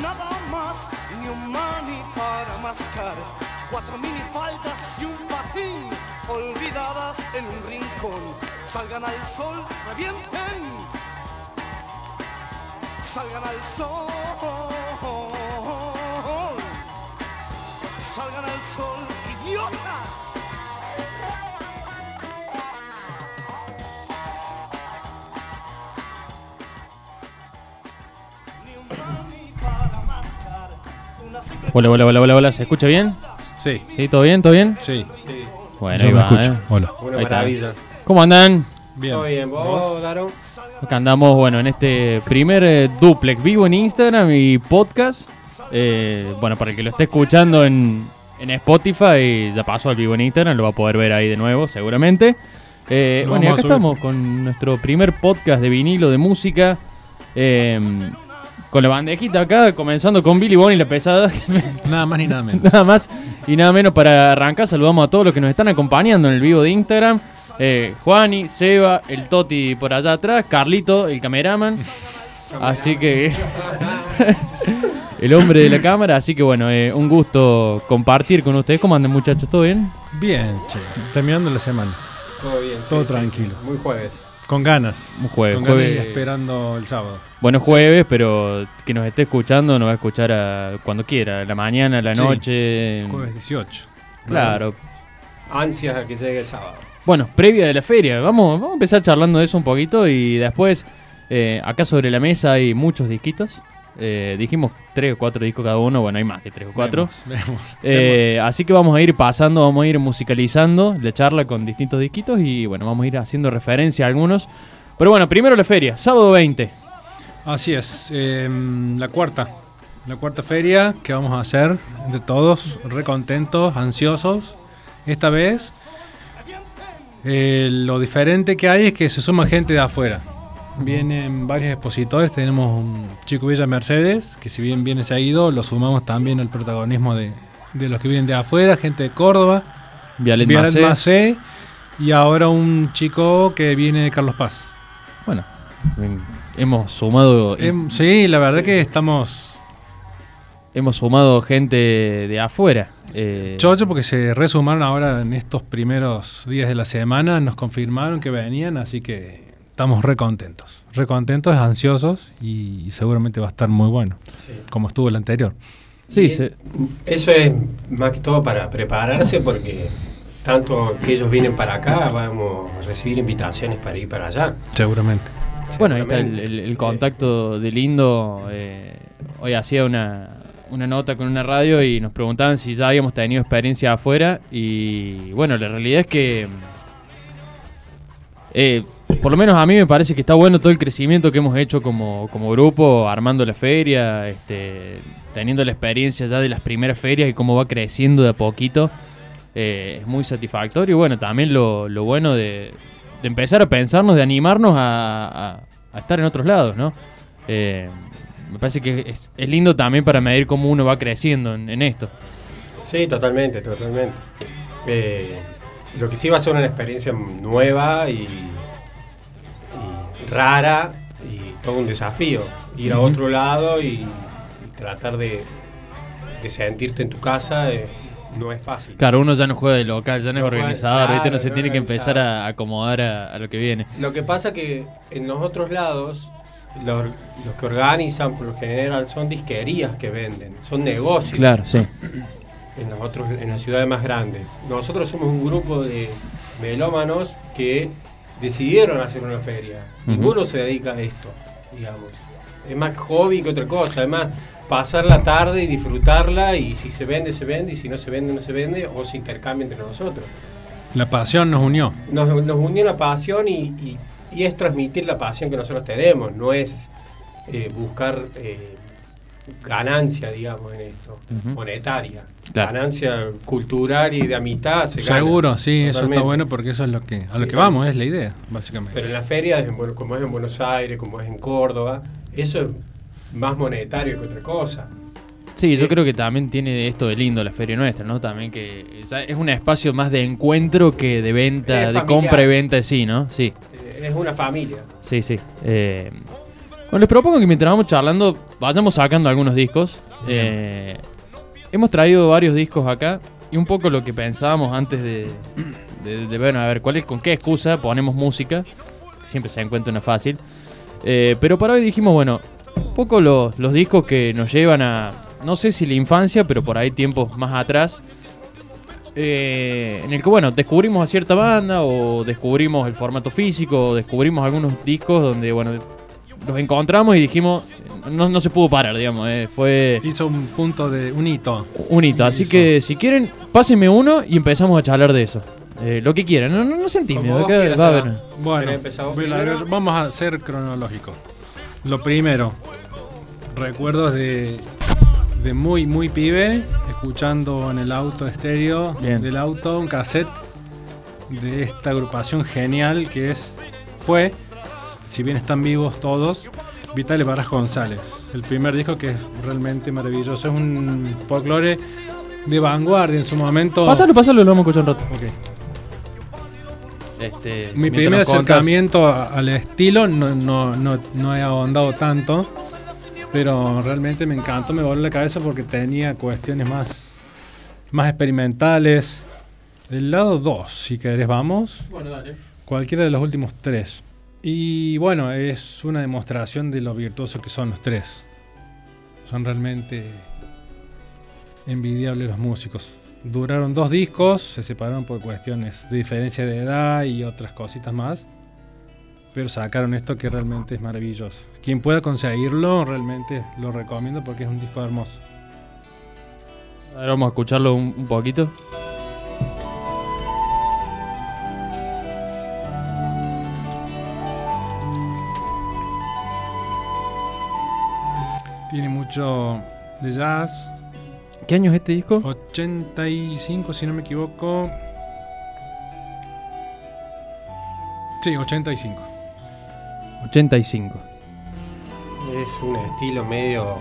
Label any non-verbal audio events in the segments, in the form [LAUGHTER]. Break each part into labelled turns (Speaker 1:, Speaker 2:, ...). Speaker 1: nada más, ni un mani para mascar, cuatro minifaldas y un patín, olvidadas en un rincón, salgan al sol, revienten, salgan al sol, salgan al sol, idiotas. Ni un mani para mascar, una simple
Speaker 2: Hola, hola, hola, hola, hola. ¿Se escucha bien?
Speaker 3: Sí,
Speaker 2: ¿Sí? ¿Todo bien? ¿Todo bien?
Speaker 3: sí.
Speaker 2: Bueno,
Speaker 3: Yo
Speaker 2: ahí
Speaker 3: me
Speaker 2: va,
Speaker 3: escucho.
Speaker 2: ¿eh?
Speaker 3: Hola.
Speaker 4: Una
Speaker 2: Ahí está.
Speaker 4: maravilla.
Speaker 2: ¿Cómo andan?
Speaker 3: Bien.
Speaker 4: Todo bien, vos, Daro.
Speaker 2: Acá andamos, bueno, en este primer eh, duplex vivo en Instagram y podcast. Eh, bueno, para el que lo esté escuchando en, en Spotify, ya pasó al vivo en Instagram, lo va a poder ver ahí de nuevo, seguramente. Eh,
Speaker 3: Lo
Speaker 2: bueno, y acá
Speaker 3: vamos a subir.
Speaker 2: estamos con nuestro primer podcast de vinilo de música. eh, con la bandejita acá, comenzando con Billy Bonnie la pesada. [LAUGHS]
Speaker 3: Nada más ni nada menos.
Speaker 2: Nada más y nada menos para arrancar, saludamos a todos los que nos están acompañando en el vivo de Instagram. Eh, Juani, Seba, el Toti por allá atrás, Carlito, el
Speaker 3: [LAUGHS]
Speaker 2: cameraman. Así que... [LAUGHS] el hombre de la cámara, así que bueno, eh, un gusto compartir con ustedes. ¿Cómo andan muchachos? ¿Todo bien?
Speaker 3: Bien, che. Terminando la semana.
Speaker 4: Todo bien.
Speaker 3: Todo tranquilo.
Speaker 4: Muy jueves.
Speaker 3: Con ganas.
Speaker 2: Un jueves,
Speaker 3: Con ganas y
Speaker 2: jueves.
Speaker 3: esperando el sábado.
Speaker 2: Bueno, es jueves, pero que nos esté escuchando nos va a escuchar a- cuando quiera, a la mañana, a la
Speaker 3: Sí.
Speaker 2: noche.
Speaker 3: Jueves 18.
Speaker 2: Claro,
Speaker 4: Ansias a que llegue el sábado.
Speaker 2: Bueno, previa de la feria, vamos, vamos a empezar charlando de eso un poquito y después eh, acá sobre la mesa hay muchos disquitos. Eh, dijimos tres o cuatro discos cada uno, bueno, hay más de tres o cuatro.
Speaker 3: Vemos, vemos.
Speaker 2: Eh, así que vamos a ir pasando, vamos a ir musicalizando la charla con distintos disquitos y bueno, vamos a ir haciendo referencia a algunos. Pero bueno, primero la feria, sábado 20.
Speaker 3: Así es. eh, la cuarta. La cuarta feria que vamos a hacer de todos, recontentos, ansiosos. Esta vez, eh, lo diferente que hay es que se suma gente de afuera. Vienen varios expositores. Tenemos un chico Villa Mercedes, que si bien viene seguido, lo sumamos también al protagonismo de, de los que vienen de afuera, gente de Córdoba.
Speaker 2: Violet,
Speaker 3: Violet
Speaker 2: Macé.
Speaker 3: Macé y ahora un chico que viene de Carlos Paz.
Speaker 2: Bueno, em, hemos sumado
Speaker 3: Em, sí, la verdad que estamos
Speaker 2: hemos sumado gente de afuera. eh,
Speaker 3: chocho porque se resumaron ahora en estos primeros días de la semana, nos confirmaron que venían, así que estamos recontentos. Recontentos, ansiosos y seguramente va a estar muy bueno, como estuvo el anterior.
Speaker 2: sí, se-
Speaker 4: Eso es más que todo para prepararse porque tanto que ellos vienen para acá, vamos a recibir invitaciones para ir para allá.
Speaker 3: Seguramente.
Speaker 2: Bueno, ahí está el,
Speaker 4: seguramente.
Speaker 2: el- el
Speaker 4: Eh,
Speaker 2: contacto de Lindo. eh, hoy hacía una, una nota con una radio y nos preguntaban si ya habíamos tenido experiencia afuera. Y bueno, la realidad es que. eh, por lo menos a mí me parece que está bueno todo el crecimiento que hemos hecho como, como grupo, armando la feria, este, teniendo la experiencia ya de las primeras ferias y cómo va creciendo de a poquito. Eh, es muy satisfactorio. Y bueno, también lo, lo bueno de, de empezar a pensarnos, de animarnos a, a- a estar en otros lados, ¿no? Eh, me parece que es, es lindo también para medir cómo uno va creciendo en, en esto.
Speaker 4: Sí, totalmente, totalmente. Eh, lo que sí va a ser una experiencia nueva y, y rara y todo un desafío. Ir a otro lado y, y tratar de, de sentirte en tu casa eh, no es fácil.
Speaker 2: Claro, uno ya no juega de local, ya no es
Speaker 4: No juega-
Speaker 2: organizador, ¿viste? uno se
Speaker 4: claro,
Speaker 2: tiene
Speaker 4: no
Speaker 2: que
Speaker 4: es
Speaker 2: empezar a acomodar a, a lo que viene.
Speaker 4: Lo que pasa que en los otros lados, los, los que organizan por lo general son disquerías que venden, son negocios.
Speaker 2: sí.
Speaker 4: en las, otros, en las ciudades más grandes. Nosotros somos un grupo de melómanos que decidieron hacer una feria.
Speaker 2: Ujú.
Speaker 4: Ninguno se dedica a esto, digamos. Es más hobby que otra cosa. Además, pasar la tarde y disfrutarla y si se vende, se vende y si no se vende, no se vende o se intercambia entre nosotros.
Speaker 3: La pasión nos unió.
Speaker 4: Nos, nos unió la pasión y, y- y es transmitir la pasión que nosotros tenemos, no es eh, buscar eh, ganancia, digamos, en esto,
Speaker 2: Ujú.
Speaker 4: monetaria.
Speaker 2: Claro.
Speaker 4: Ganancia cultural y de amistad. se gana.
Speaker 3: Seguro, sí, eso está
Speaker 4: Totalmente.
Speaker 3: bueno porque eso es lo que a lo que
Speaker 4: Sí.
Speaker 3: vamos, es la idea, básicamente.
Speaker 4: Pero en las ferias, en Buen- como es en Buenos Aires, como es en Córdoba, eso es más monetario que otra cosa.
Speaker 2: Sí, yo
Speaker 4: Eh.
Speaker 2: creo que también tiene esto de lindo la feria nuestra, ¿no? También que ya es un espacio más de encuentro que de venta,
Speaker 4: Es
Speaker 2: de
Speaker 4: familiar.
Speaker 2: compra y venta, sí, ¿no? Sí.
Speaker 4: Eh, es una familia.
Speaker 2: Sí, sí. Eh, Bueno, les propongo que mientras vamos charlando, vayamos sacando algunos discos. Eh, hemos traído varios discos acá y un poco lo que pensábamos antes de, de, de, bueno, a ver, ¿cuál es, con qué excusa ponemos música. Siempre se encuentra una fácil. Eh, pero para hoy dijimos, bueno, un poco los, los discos que nos llevan a, no sé si la infancia, pero por ahí tiempos más atrás. Eh, en el que, bueno, descubrimos a cierta banda o descubrimos el formato físico, o descubrimos algunos discos donde, bueno, los encontramos y dijimos, no, no se pudo parar, digamos, eh, fue
Speaker 3: Hizo un punto de. un hito.
Speaker 2: un hito. Así
Speaker 3: Hizo.
Speaker 2: que si quieren, pásenme uno y empezamos a charlar de eso. Eh, lo que quieran, no, no, no se intimiden,
Speaker 4: Como vos
Speaker 2: acá
Speaker 4: quieras,
Speaker 2: va a
Speaker 4: Seba.
Speaker 2: haber-
Speaker 3: Bueno,
Speaker 4: ¿Querés empezar vos
Speaker 3: ve- la-
Speaker 4: primero?
Speaker 3: vamos a ser cronológico. Lo primero, recuerdos de, de muy, muy pibe, escuchando en el auto estéreo
Speaker 2: Bien.
Speaker 3: del auto un cassette de esta agrupación genial que es fue, si bien están vivos todos, Vitales Barras González. El primer disco que es realmente maravilloso, es un folclore de vanguardia en su momento.
Speaker 2: Pásalo, pásalo, lo vamos a escuchar un rato.
Speaker 3: Ok.
Speaker 2: Este,
Speaker 3: Mi
Speaker 2: mientras
Speaker 3: primer
Speaker 2: nos contás.
Speaker 3: acercamiento a- al estilo no, no, no, no he ahondado tanto, pero realmente me encantó, me voló la cabeza porque tenía cuestiones más, más experimentales. El lado 2, si querés, vamos. Cualquiera de los últimos tres. Y bueno, es una demostración de lo virtuosos que son los tres. Son realmente envidiables los músicos. Duraron dos discos, se separaron por cuestiones de diferencia de edad y otras cositas más. Pero sacaron esto que realmente es maravilloso. Quien pueda conseguirlo, realmente lo recomiendo porque es un disco hermoso.
Speaker 2: Ahora vamos a escucharlo un, un poquito.
Speaker 3: Tiene mucho de jazz,
Speaker 2: ¿Qué año es este disco?
Speaker 3: 85, si no me equivoco. Sí, 85.
Speaker 2: 85.
Speaker 4: Es un estilo medio.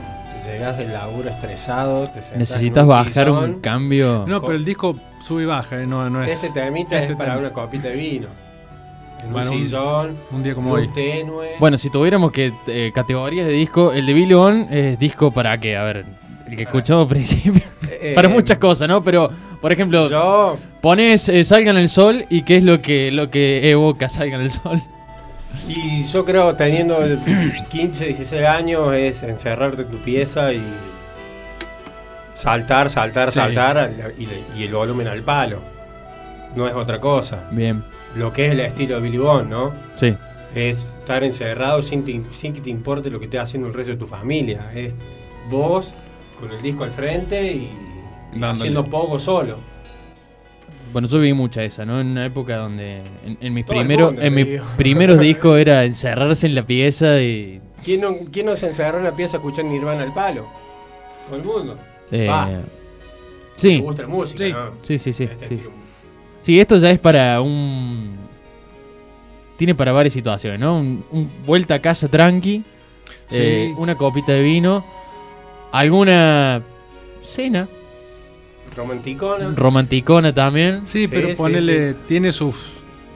Speaker 4: Llegás del laburo estresado, te sentás en
Speaker 2: Necesitas
Speaker 4: un
Speaker 2: bajar un
Speaker 4: sillón.
Speaker 2: cambio.
Speaker 3: No, pero el disco sube y baja, eh, no, no es
Speaker 4: Este temita
Speaker 3: este
Speaker 4: es para
Speaker 3: tema.
Speaker 4: una copita de vino. En
Speaker 3: Bueno,
Speaker 4: un
Speaker 3: un-
Speaker 4: sillón,
Speaker 3: un día como
Speaker 4: muy
Speaker 3: hoy.
Speaker 4: tenue.
Speaker 2: Bueno, si tuviéramos que eh, categorías de disco, el de Billy On es disco para qué, a ver, el que escuchamos al principio. [LAUGHS]
Speaker 4: Eh,
Speaker 2: para muchas cosas, ¿no? Pero, por ejemplo,
Speaker 4: Yo,
Speaker 2: pones eh, Salgan el Sol y qué es lo que, lo que evoca Salgan el Sol.
Speaker 4: y yo creo, teniendo [CLEARS THROAT] 15, 16 años, es encerrarte en tu pieza y saltar, saltar,
Speaker 3: Sí.
Speaker 4: saltar al- y, le- y el volumen al palo. No es otra cosa.
Speaker 2: Bien,
Speaker 4: Lo que es el estilo de Billy Bond, ¿no?
Speaker 2: sí.
Speaker 4: Es estar encerrado sin, te- sin que te importe lo que esté haciendo el resto de tu familia. Es vos con el disco al frente y, y
Speaker 3: Dándole.
Speaker 4: haciendo poco solo.
Speaker 2: Bueno, yo vi mucha esa, ¿no? En una época donde en, en mis
Speaker 4: Todo el
Speaker 2: primeros
Speaker 4: mundo,
Speaker 2: en
Speaker 4: te
Speaker 2: mis
Speaker 4: digo. [LAUGHS]
Speaker 2: primeros discos era encerrarse en la pieza y
Speaker 4: ¿Quién no, quién no se encerró en la pieza a escuchar Nirvana al palo? Todo el mundo.
Speaker 2: eh,
Speaker 4: Va, Ah. te
Speaker 2: sí,
Speaker 4: gusta la música,
Speaker 3: Sí.
Speaker 4: ¿no?
Speaker 2: sí, sí, sí,
Speaker 4: Este
Speaker 2: sí, sí.
Speaker 4: estilo.
Speaker 2: Sí, esto ya es para un. Tiene para varias situaciones, ¿no? Un, un vuelta a casa tranqui,
Speaker 3: Sí.
Speaker 2: eh, una copita de vino, alguna cena
Speaker 4: Romanticona.
Speaker 2: romanticona también.
Speaker 3: Sí,
Speaker 4: Sí,
Speaker 3: pero
Speaker 4: sí,
Speaker 3: ponele, tiene sus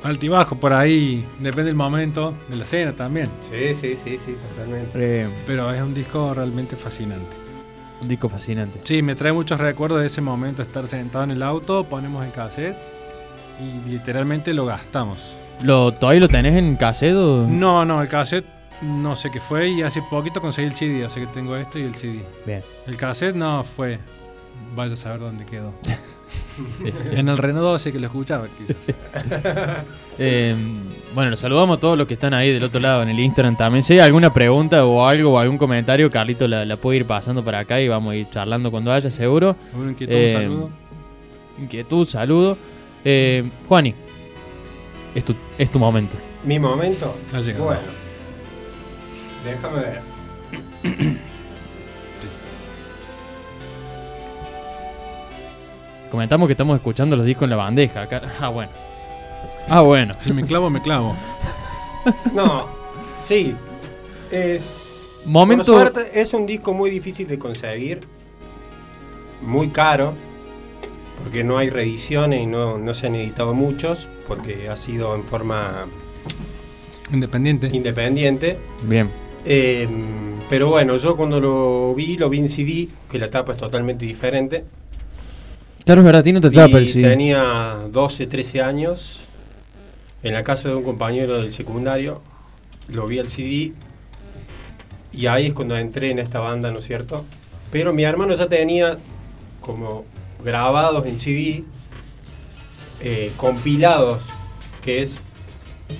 Speaker 3: altibajos por ahí, depende del momento de la cena también.
Speaker 4: Sí, sí, sí, sí, totalmente.
Speaker 2: Eh,
Speaker 3: Pero es un disco realmente fascinante.
Speaker 2: un disco fascinante.
Speaker 3: Sí, me trae muchos recuerdos de ese momento, estar sentado en el auto, ponemos el cassette y literalmente lo gastamos.
Speaker 2: ¿Lo, ¿Todavía lo tenés en cassette o?
Speaker 3: No, no, el cassette no sé qué fue y hace poquito conseguí el CD, así que tengo esto y el CD.
Speaker 2: Bien.
Speaker 3: El cassette no fue. Vaya a saber dónde quedó.
Speaker 2: sí.
Speaker 3: [LAUGHS] en el Renault 12 que lo escuchaba, quizás. [LAUGHS]
Speaker 2: Eh, bueno, los saludamos a todos los que están ahí del otro lado en el Instagram también. Si hay alguna pregunta o algo o algún comentario, Carlito la, la puede ir pasando para acá y vamos a ir charlando cuando haya, seguro.
Speaker 3: Una inquietud,
Speaker 2: Eh,
Speaker 3: un saludo.
Speaker 2: Inquietud, saludo. Eh, Juani, es tu, es tu momento.
Speaker 4: Mi momento.
Speaker 3: Ha llegado.
Speaker 4: Bueno. Déjame ver.
Speaker 2: Comentamos que estamos escuchando los discos en la bandeja. acá. [LAUGHS] Ah, bueno. Ah, bueno.
Speaker 3: Si me clavo, me clavo.
Speaker 4: No, sí. Es.
Speaker 2: Momento-
Speaker 4: por suerte, es un disco muy difícil de conseguir. Muy caro. Porque no hay reediciones y no, no se han editado muchos. Porque ha sido en forma
Speaker 3: Independiente.
Speaker 4: independiente.
Speaker 2: Bien.
Speaker 4: Eh, pero bueno, yo cuando lo vi, lo vi en CD, que la tapa es totalmente diferente.
Speaker 2: Claro, es verdad, tiene otra
Speaker 4: Y
Speaker 2: tapa el CD.
Speaker 4: Tenía 12, 13 años. En la casa de un compañero del secundario. Lo vi al CD. Y ahí es cuando entré en esta banda, ¿no es cierto? Pero mi hermano ya tenía como grabados en CD, eh, compilados, que es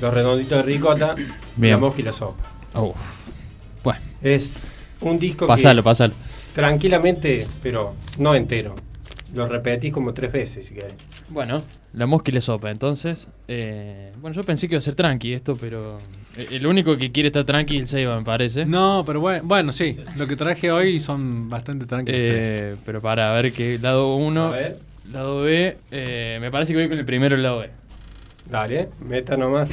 Speaker 4: Los Redonditos de Ricota,
Speaker 2: Bien.
Speaker 4: La Mosca y la Sopa.
Speaker 2: Uf. Bueno,
Speaker 4: Es un disco
Speaker 2: pasalo,
Speaker 4: que
Speaker 2: pasalo.
Speaker 4: tranquilamente, pero no entero. Lo repetí como tres veces, si querés.
Speaker 2: Bueno, la mosca y la sopa, entonces. eh, bueno, yo pensé que iba a ser tranqui esto, pero. eh, El único que quiere estar tranqui es el Seiba, me parece.
Speaker 3: No, pero bueno, bueno, sí. Lo que traje hoy son bastante tranquilos. ustedes.
Speaker 2: Eh, pero para ver que lado 1,
Speaker 4: A ver.
Speaker 2: lado B, eh, me parece que voy con el primero el lado B.
Speaker 4: Dale, meta nomás.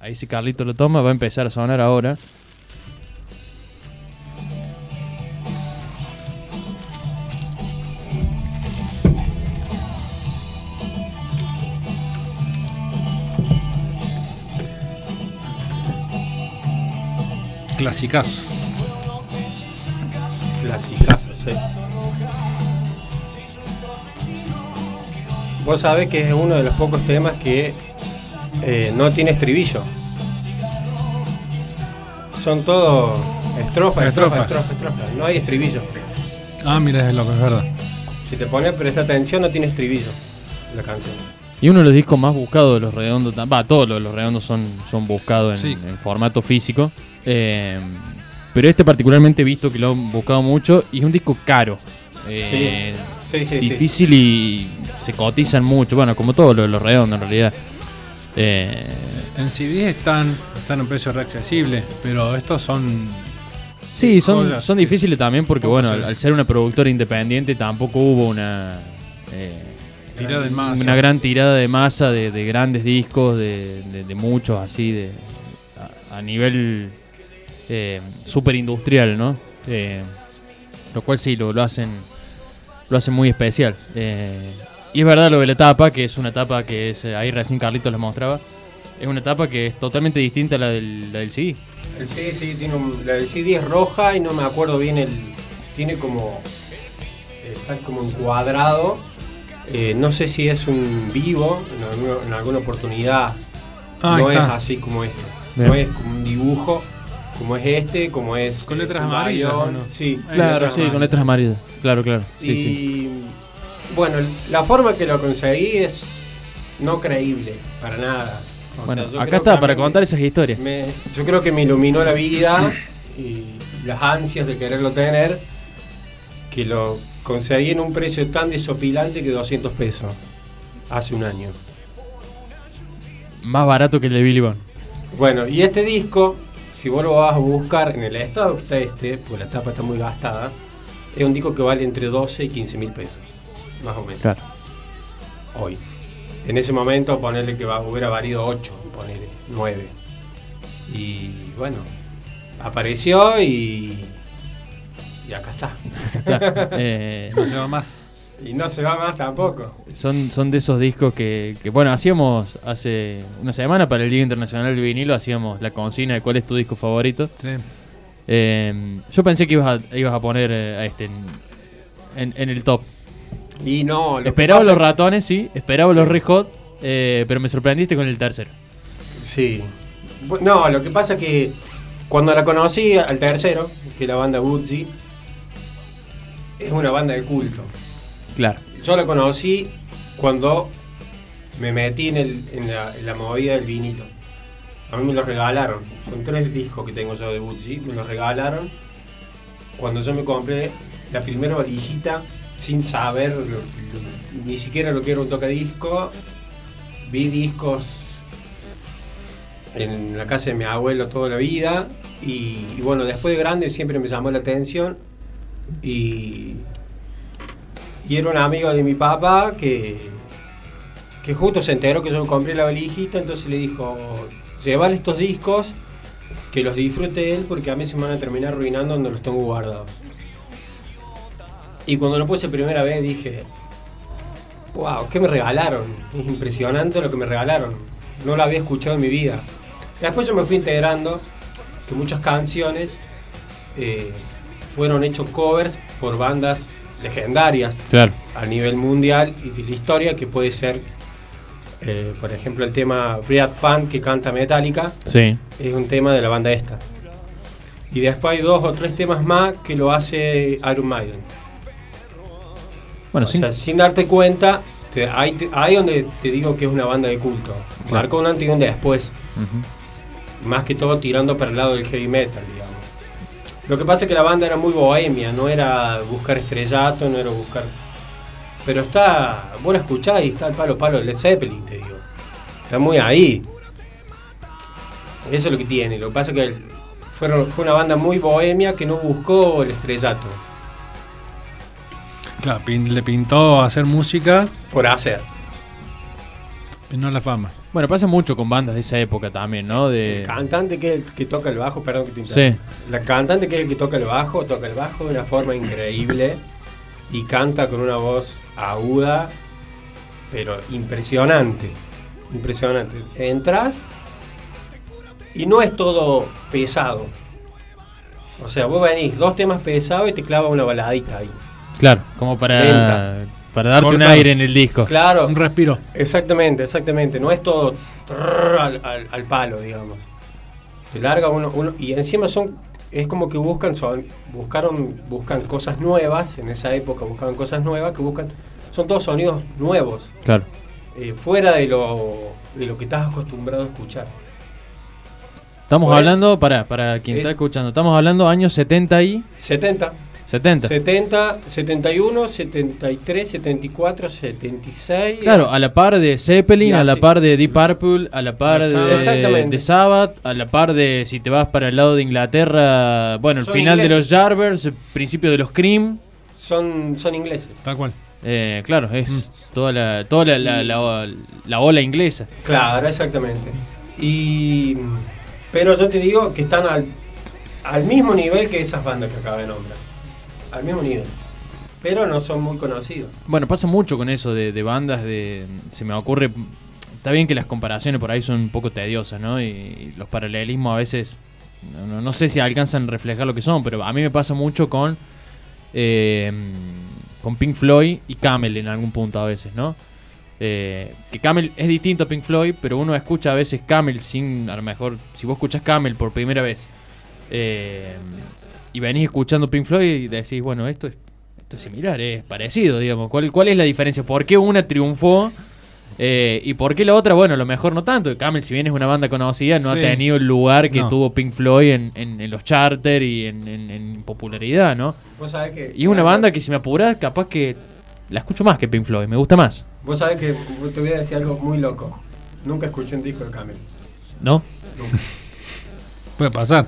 Speaker 2: Ahí si Carlito lo toma va a empezar a sonar ahora.
Speaker 3: Clasicazo.
Speaker 4: Clasicazo, sí. Vos sabés que es uno de los pocos temas que eh, no tiene estribillo. Son todos estrofas, estrofas,
Speaker 3: Estrofas.
Speaker 4: estrofas, estrofas. No hay estribillo.
Speaker 3: Ah, mira, es loco, es verdad.
Speaker 4: Si te pones a prestar atención, no tiene estribillo la canción.
Speaker 2: Y uno de los discos más buscados de los redondos, tam- va, todos los, los redondos son, son buscados en,
Speaker 3: Sí.
Speaker 2: en formato físico. Eh, pero este particularmente he visto que lo han buscado mucho y es un disco caro. Eh,
Speaker 4: Sí, sí, sí.
Speaker 2: difícil y se cotizan mucho, bueno, como todos los, los redondos en realidad. Eh,
Speaker 3: En CD están, están a un precio reaccesible, pero estos son.
Speaker 2: sí, son,
Speaker 3: Joyas,
Speaker 2: son
Speaker 3: sí.
Speaker 2: difíciles también porque,
Speaker 3: Pocos
Speaker 2: bueno, al,
Speaker 3: son.
Speaker 2: al ser una productora independiente tampoco hubo una... eh,
Speaker 3: Tira del más.
Speaker 2: Una gran tirada de masa de, de grandes discos, de, de- de muchos así, de a, a nivel eh, super industrial, ¿no? Eh, lo cual sí, lo, lo hacen lo hacen muy especial. Eh, y es verdad lo de la tapa, que es una tapa que es, eh, ahí recién Carlitos les mostraba, es una tapa que es totalmente distinta a la del, la del CD.
Speaker 4: El CD, sí, tiene un- la del CD es roja y no me acuerdo bien el. Tiene como. Está como encuadrado. Eh, no sé si es un vivo en, alguna- en alguna oportunidad.
Speaker 3: Ah, ahí
Speaker 4: no es
Speaker 3: está.
Speaker 4: así como esto.
Speaker 2: Bien.
Speaker 4: No es como un dibujo como es este, como es.
Speaker 3: Con
Speaker 4: eh,
Speaker 3: letras
Speaker 4: un
Speaker 3: amarillas, ¿o
Speaker 4: avión.
Speaker 3: no?
Speaker 4: Sí,
Speaker 2: Claro, sí, con letras amarillas. Claro, claro. Sí,
Speaker 4: y
Speaker 2: sí.
Speaker 4: bueno, la forma que lo conseguí es no creíble para nada. O
Speaker 2: Bueno,
Speaker 4: sea, yo
Speaker 2: acá
Speaker 4: creo
Speaker 2: está,
Speaker 4: que
Speaker 2: para
Speaker 4: realmente-
Speaker 2: contar esas historias.
Speaker 4: me- yo creo que me iluminó la vida y las ansias de quererlo tener, que lo conseguí en un precio tan desopilante que 200 pesos hace un año.
Speaker 2: Más barato que el de Billy Bond.
Speaker 4: Bueno, y este disco, si vos lo vas a buscar en el estado que está este, porque la tapa está muy gastada, es un disco que vale entre 12 y 15 mil pesos, más o menos,
Speaker 2: [LAUGHS] Claro.
Speaker 4: hoy. En ese momento, ponerle que va- hubiera valido 8, ponerle 9. Y bueno, apareció y. Y acá está.
Speaker 2: Está. Eh,
Speaker 3: No se va más.
Speaker 4: Y no se va más tampoco.
Speaker 2: son, son de esos discos que, que, bueno, hacíamos hace una semana para el Día Internacional del Vinilo, hacíamos la consigna de cuál es tu disco favorito.
Speaker 3: Sí.
Speaker 2: Eh, yo pensé que ibas a, ibas a poner eh, a este en, en- en el top.
Speaker 4: Y no, que
Speaker 2: esperaba
Speaker 4: pasa-
Speaker 2: los ratones, sí, esperaba los re hot, eh, pero me sorprendiste con el tercero.
Speaker 4: Sí. Bu- No, lo que pasa que cuando la conocí al tercero, que es la banda Gucci, es una banda de culto.
Speaker 2: Claro.
Speaker 4: Yo la conocí cuando me metí en, el- en la, en la movida del vinilo. A mí me los regalaron. Son tres discos que tengo yo de Gucci. Me los regalaron cuando yo me compré la primera valijita sin saber lo- lo- ni siquiera lo que era un tocadisco. Vi discos en la casa de mi abuelo toda la vida. Y, y bueno, después de grande siempre me llamó la atención. Y, y era un amigo de mi papá que, que justo se enteró que yo compré la valijita. Entonces le dijo: Llevar estos discos, que los disfrute él, porque a mí se me van a terminar arruinando donde los tengo guardados. Y cuando lo puse primera vez dije, wow, ¿qué me regalaron? Es impresionante lo que me regalaron. No lo había escuchado en mi vida. Después yo me fui integrando que muchas canciones eh, fueron hechos covers por bandas legendarias
Speaker 2: Claro.
Speaker 4: a nivel mundial y de la historia, que puede ser, eh, por ejemplo, el tema Bread Fan que canta Metallica,
Speaker 2: Sí.
Speaker 4: es un tema de la banda esta. Y después hay dos o tres temas más que lo hace Iron Maiden.
Speaker 2: Bueno,
Speaker 4: o
Speaker 2: sí.
Speaker 4: sea, sin darte cuenta, te- ahí, te- ahí donde te digo que es una banda de culto.
Speaker 2: Claro.
Speaker 4: Marcó un antes y un después.
Speaker 2: Ujú.
Speaker 4: más que todo tirando para el lado del heavy metal, digamos. Lo que pasa es que la banda era muy bohemia, no era buscar estrellato, no era buscar. Pero está, vos la escuchás y está el palo palo del Led Zeppelin, te digo. Está muy ahí. Eso es lo que tiene. Lo que pasa es que el- fueron, fue una banda muy bohemia que no buscó el estrellato.
Speaker 3: Claro, pin- le pintó hacer música,
Speaker 4: Por hacer.
Speaker 3: y no la fama.
Speaker 2: Bueno, pasa mucho con bandas de esa época también, ¿no? De...
Speaker 4: El cantante que es el que toca el bajo, perdón que te
Speaker 2: Sí.
Speaker 4: interrumpa. La cantante que es el que toca el bajo, toca el bajo de una forma increíble y canta con una voz aguda, pero impresionante. Impresionante. Entras y no es todo pesado. O sea, vos venís dos temas pesados y te clava una baladita ahí.
Speaker 2: Claro, como para,
Speaker 4: Lenta.
Speaker 2: para darte un
Speaker 3: Corta.
Speaker 2: aire en el disco.
Speaker 4: Claro,
Speaker 3: Un respiro.
Speaker 4: exactamente, exactamente. No es todo trrr al, al- al palo, digamos. Te larga uno, uno- y encima son es como que buscan son buscaron buscan cosas nuevas en esa época buscaban cosas nuevas que buscan son todos sonidos nuevos
Speaker 2: Claro.
Speaker 4: eh, fuera de lo de lo que estás acostumbrado a escuchar
Speaker 2: Estamos
Speaker 4: Pues,
Speaker 2: hablando, para, para quien
Speaker 4: es-
Speaker 2: está escuchando, estamos hablando años 70 y
Speaker 4: 70
Speaker 2: 70.
Speaker 4: 70 71 73 74 76
Speaker 2: Claro, a la par de Zeppelin,
Speaker 4: Ya,
Speaker 2: a la
Speaker 4: sí.
Speaker 2: par de Deep Purple, a la par de,
Speaker 4: Exactamente.
Speaker 2: de Sabbath, a la par de, si te vas para el lado de Inglaterra, bueno, el
Speaker 4: Son
Speaker 2: final de los
Speaker 4: ingleses.
Speaker 2: Jarvers, el principio de los Cream.
Speaker 4: son son ingleses
Speaker 3: Tal cual.
Speaker 2: eh, claro, es
Speaker 4: Mm.
Speaker 2: toda, la, toda la, la- la- la ola inglesa.
Speaker 4: Claro, exactamente. Y pero yo te digo que están al, al mismo nivel que esas bandas que acabo de nombrar. Al mismo nivel. Pero no son muy conocidos.
Speaker 2: Bueno, pasa mucho con eso de, de bandas de... Se me ocurre... Está bien que las comparaciones por ahí son un poco tediosas, ¿no? Y, y los paralelismos a veces... No, no- no sé si alcanzan a reflejar lo que son, pero a mí me pasa mucho con... eh, con Pink Floyd y Camel en algún punto a veces, ¿no? Eh, que Camel es distinto a Pink Floyd, pero uno escucha a veces Camel sin... A lo mejor, si vos escuchás Camel por primera vez... eh, y venís escuchando Pink Floyd y decís, bueno, esto es esto es similar, es parecido, digamos. ¿Cuál, ¿Cuál es la diferencia? ¿Por qué una triunfó eh, y por qué la otra? Bueno, a lo mejor no tanto. Camel, si bien es una banda conocida, no ha
Speaker 3: Sí.
Speaker 2: tenido el lugar que
Speaker 3: No.
Speaker 2: tuvo Pink Floyd en, en- en los charters y en, en- en popularidad, ¿no?
Speaker 4: Vos sabés que
Speaker 2: Y es una banda que si me apurás, capaz que la escucho más que Pink Floyd, me gusta más,
Speaker 4: Vos sabés que te voy a decir algo muy loco. Nunca escuché un disco de Camel.
Speaker 2: ¿no?
Speaker 3: Puede pasar.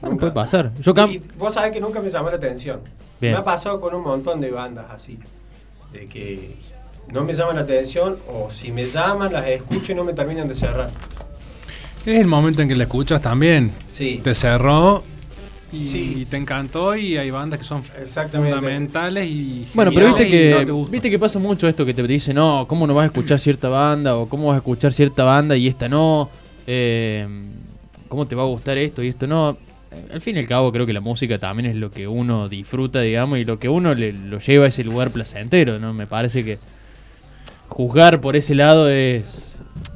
Speaker 2: Bueno, puede pasar. Yo Cam-
Speaker 4: Y vos sabés que nunca me llamó la atención.
Speaker 2: Bien.
Speaker 4: Me ha pasado con un montón de bandas así. De que no me llaman la atención o si me llaman las escucho y no me terminan de cerrar.
Speaker 3: Es el momento en que la escuchas también.
Speaker 4: Sí.
Speaker 3: Te cerró y,
Speaker 4: Sí.
Speaker 3: te encantó y hay bandas que son
Speaker 4: Exactamente.
Speaker 3: fundamentales y
Speaker 2: Bueno, pero viste
Speaker 3: geniales y
Speaker 2: que,
Speaker 3: no te gustan.
Speaker 2: viste que pasa mucho esto que te dice, no, ¿cómo no vas a escuchar cierta banda? O ¿cómo vas a escuchar cierta banda y esta no? Eh, ¿Cómo te va a gustar esto y esto no? Eh, Al fin y al cabo creo que la música también es lo que uno disfruta, digamos, y lo que uno le, lo lleva a ese lugar placentero, ¿no? Me parece que juzgar por ese lado es...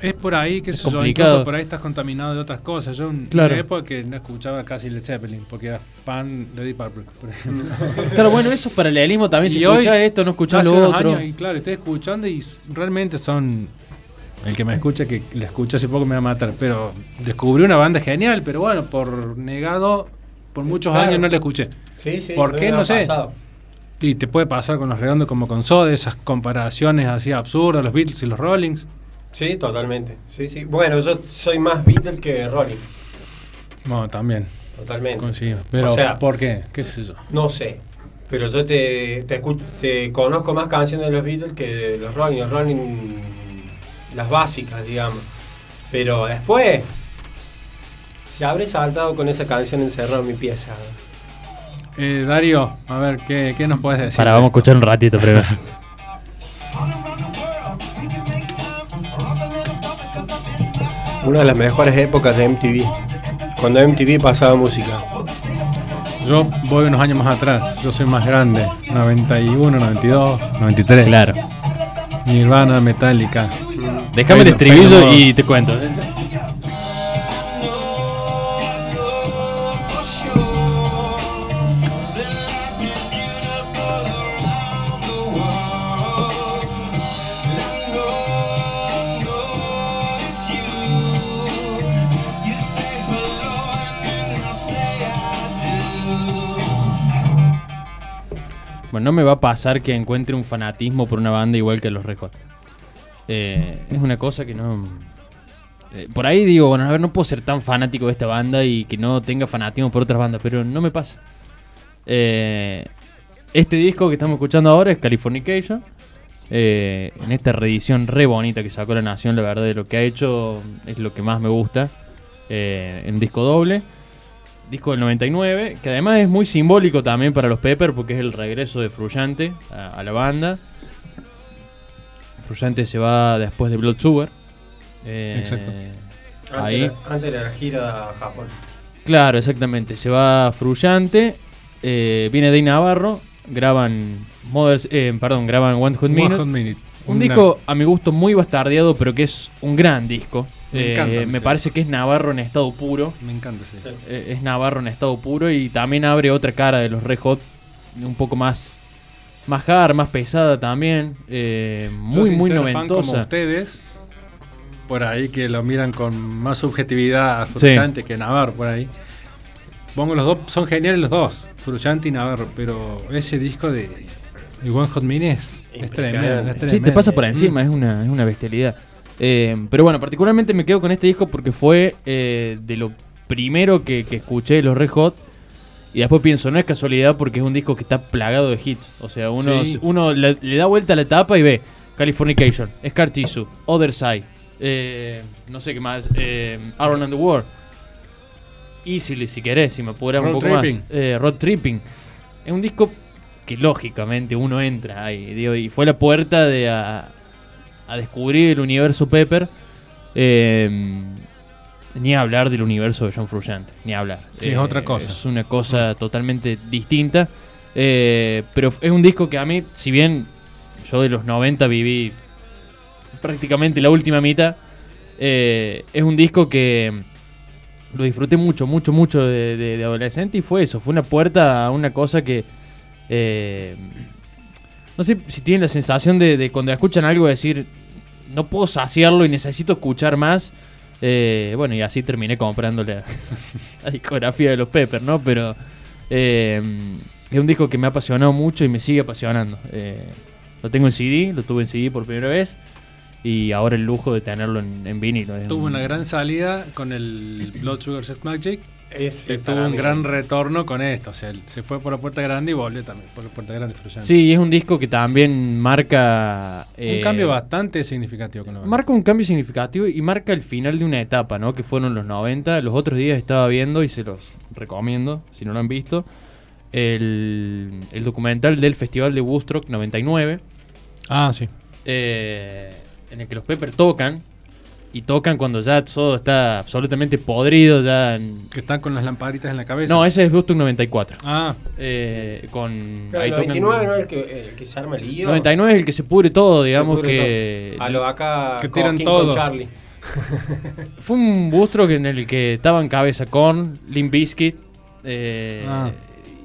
Speaker 3: Es por ahí que
Speaker 2: Es
Speaker 3: se
Speaker 2: complicado.
Speaker 3: por ahí estás contaminado de otras cosas. Yo en
Speaker 2: Claro.
Speaker 3: una época que no escuchaba casi Led Zeppelin porque era fan de Deep Purple, por ejemplo.
Speaker 4: [LAUGHS]
Speaker 2: Claro, bueno, eso es paralelismo también, si
Speaker 3: Y hoy,
Speaker 2: escuchás esto, no escuchás
Speaker 3: hace
Speaker 2: lo
Speaker 3: unos
Speaker 2: otro.
Speaker 3: años, y claro, estoy escuchando y s- realmente son. El que me escucha, que la escucha hace poco me va a matar. Pero descubrí una banda genial, pero bueno, por negado, por muchos
Speaker 4: Claro.
Speaker 3: años no la escuché.
Speaker 4: Sí, sí,
Speaker 3: ¿Por
Speaker 4: a mí
Speaker 3: qué?
Speaker 4: me
Speaker 3: No
Speaker 4: ha
Speaker 3: sé.
Speaker 4: pasado.
Speaker 3: Y te puede pasar con los redondos como con Soda, esas comparaciones así absurdas, los Beatles y los Rollings.
Speaker 4: Sí, totalmente. Sí, sí. Bueno, yo soy más Beatle que Rolling.
Speaker 3: Bueno, también,
Speaker 4: Totalmente.
Speaker 3: coincido. Pero,
Speaker 4: O sea-
Speaker 3: ¿por qué? ¿Qué sé yo?
Speaker 4: No sé. Pero yo te, te, escu- te conozco más canciones de los Beatles que de los Rolling. Los Rolling, las básicas, digamos. Pero después, se habré saltado con esa canción encerrada en mi pieza.
Speaker 3: Eh, Darío, a ver, ¿qué, qué nos puedes decir?
Speaker 2: Para, vamos a escuchar un ratito primero.
Speaker 4: Una de las mejores épocas de MTV. cuando MTV pasaba música.
Speaker 3: Yo voy unos años más atrás, yo soy más grande, 91, 92, 93.
Speaker 2: Claro.
Speaker 3: Nirvana, Metallica.
Speaker 2: Déjame el
Speaker 3: Pelo-
Speaker 2: estribillo
Speaker 3: pelo-
Speaker 2: y te cuento. Bueno, no me va a pasar que encuentre un fanatismo por una banda igual que los Red Hot. Eh, es una cosa que no. eh, por ahí digo, bueno, a ver, no puedo ser tan fanático de esta banda y que no tenga fanatismo por otras bandas, pero no me pasa. Eh, este disco que estamos escuchando ahora es Californication. eh, en esta reedición re bonita que sacó La Nación, la verdad, de lo que ha hecho es lo que más me gusta. eh, en disco doble. Disco del 99, que además es muy simbólico también para los Pepper porque es el regreso de Frullante a- a la banda. Frullante se va después de Blood Sugar. Eh,
Speaker 3: Exacto.
Speaker 4: Antes,
Speaker 2: Ahí.
Speaker 4: era- antes era la gira a Japón.
Speaker 2: Claro, exactamente. Se va Frullante. eh, viene Dave Navarro. Graban Mothers, eh, perdón, graban One Hot
Speaker 3: One
Speaker 2: Minute.
Speaker 3: Hot Minute.
Speaker 2: Un
Speaker 3: Una-
Speaker 2: disco a mi gusto muy bastardeado, pero que es un gran disco.
Speaker 3: Me encanta,
Speaker 2: Eh,
Speaker 3: me
Speaker 2: me
Speaker 3: sé.
Speaker 2: parece que es Navarro en estado puro.
Speaker 3: Me encanta ese.
Speaker 4: Sí.
Speaker 2: eh, es Navarro en estado puro y también abre otra cara de los Red Hot, un poco más más hard, más pesada también, eh,
Speaker 3: Yo,
Speaker 2: muy
Speaker 3: sin
Speaker 2: muy
Speaker 3: ser fan como
Speaker 2: noventosa.
Speaker 3: ustedes, por ahí que lo miran con más subjetividad a
Speaker 2: Sí.
Speaker 3: Frusciante que Navarro, por ahí. Pongo los dos, son geniales los dos, Frusciante y Navarro, pero ese disco de de One Hot Minute es, es tremendo.
Speaker 4: Impresionante.
Speaker 3: es
Speaker 4: Sí,
Speaker 2: Sí,
Speaker 3: tremendo.
Speaker 2: te pasa por encima, es una, es una bestialidad. Eh, pero bueno, particularmente me quedo con este disco porque fue eh, de lo primero que, que escuché de los Red Hot. Y después pienso, no es casualidad porque es un disco que está plagado de hits. O sea, uno,
Speaker 3: Sí.
Speaker 2: uno le, le da vuelta a la tapa y ve Californication, Scar Tissue, Other Side, eh, no sé qué más, eh, Aaron and the World. Easily, si querés, si me apuras un
Speaker 3: Road
Speaker 2: poco
Speaker 3: Tripping.
Speaker 2: más. Eh, Road Tripping. Es un disco que lógicamente uno entra ahí. digo, y fue la puerta de a, a descubrir el universo Pepper. eh, ni hablar del universo de John Frusciante. Ni hablar. Eh,
Speaker 3: Sí, es otra cosa.
Speaker 2: Es una cosa totalmente distinta. eh, pero es un disco que a mí, si bien yo de los 90 viví prácticamente la última mitad, eh, es un disco que em, lo disfruté mucho, mucho, mucho de, de- de adolescente y fue eso, fue una puerta a una cosa que... eh, no sé si tienen la sensación de, de cuando escuchan algo decir, no puedo saciarlo y necesito escuchar más. Eh, bueno, y así terminé comprando la, [LAUGHS] la discografía de los Peppers, ¿no? Pero eh, es un disco que me ha apasionado mucho y me sigue apasionando. Eh, lo tengo en CD, lo tuve en CD por primera vez y ahora el lujo de tenerlo en, en vinilo. Es
Speaker 3: Tuvo
Speaker 2: un-
Speaker 3: una gran salida con el Blood Sugar Sex Magic
Speaker 4: Ese
Speaker 3: y
Speaker 4: para
Speaker 3: tuvo un
Speaker 4: mí.
Speaker 3: gran retorno con esto. O sea, él se fue por la puerta grande y volvió también por la puerta grande Frusciante.
Speaker 2: Sí, y es un disco que también marca...
Speaker 3: Un
Speaker 2: eh,
Speaker 3: cambio bastante significativo con la banda.
Speaker 2: Marca un cambio significativo y marca el final de una etapa, ¿no? Que fueron los 90. Los otros días estaba viendo y se los recomiendo, si no lo han visto, el, el documental del Festival de Woodstock 99,
Speaker 3: Ah, sí.
Speaker 2: eh, en el que los Pepper tocan. Y tocan cuando ya todo está absolutamente podrido, ya... en-
Speaker 3: Que están con las lamparitas en la cabeza.
Speaker 2: No, ese es Woodstock 94.
Speaker 3: Ah,
Speaker 2: Eh, con...
Speaker 4: Claro,
Speaker 2: ahí
Speaker 4: el
Speaker 2: tocan-
Speaker 4: 99 no es el que, el que se arma el lío.
Speaker 2: 99 es el que se pudre todo, digamos
Speaker 4: Se pudre
Speaker 2: que... Eh,
Speaker 4: todo. A lo acá.
Speaker 3: Que tiran
Speaker 4: Coquín
Speaker 3: todo.
Speaker 4: Con Charlie.
Speaker 2: Fue un bustro que- en el que estaban cabeza con Limp Bizkit. eh,
Speaker 3: Ah.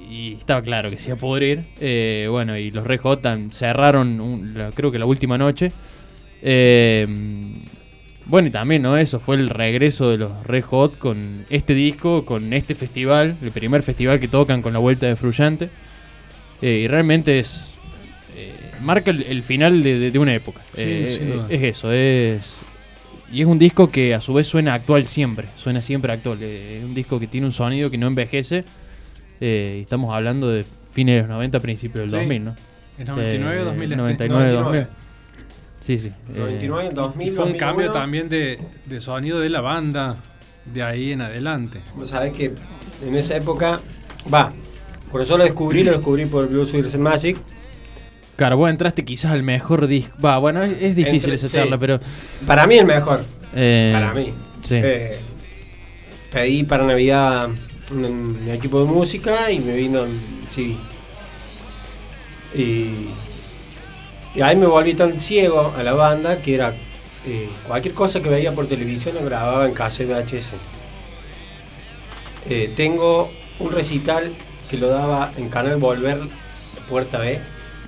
Speaker 2: Y estaba claro que se iba a pudrir. Eh, bueno, y los Red Hot tan- cerraron, un- la- creo que la última noche. Eh, bueno, y también, ¿no? Eso fue el regreso de los Red Hot con este disco, con este festival, el primer festival que tocan con la vuelta de Frullante. Eh, y realmente es. eh, marca el, el final de, de- de una época.
Speaker 3: Sí,
Speaker 2: Eh,
Speaker 3: sin duda.
Speaker 2: es eso, es. Y es un disco que a su vez suena actual siempre, suena siempre actual. eh, es un disco que tiene un sonido que no envejece. eh, y estamos hablando de fines de los 90, principios del
Speaker 3: Sí.
Speaker 2: 2000, ¿no?
Speaker 3: es 99
Speaker 2: Eh,
Speaker 3: o 2000 este.
Speaker 2: 99,
Speaker 4: 99.
Speaker 2: 2000. Sí, sí. eh,
Speaker 4: 99, 2000.
Speaker 3: Y fue un
Speaker 4: 2001.
Speaker 3: cambio también de, de sonido de la banda de ahí en adelante.
Speaker 4: Vos sabés que en esa época. Va. Cuando yo lo descubrí, lo descubrí por Blue Sugar Magic.
Speaker 2: Claro, vos entraste quizás al mejor disco. Va, bueno, es, es difícil
Speaker 4: Entre-
Speaker 2: esa
Speaker 4: sí.
Speaker 2: charla, pero.
Speaker 4: Para mí el mejor.
Speaker 2: eh,
Speaker 4: para mí.
Speaker 2: sí.
Speaker 4: Eh, pedí para Navidad un, un equipo de música y me vino el CD. Y, y ahí me volví tan ciego a la banda que era eh, cualquier cosa que veía por televisión lo grababa en cassette VHS. Eh, tengo un recital que lo daba en Canal Volver, Puerta B,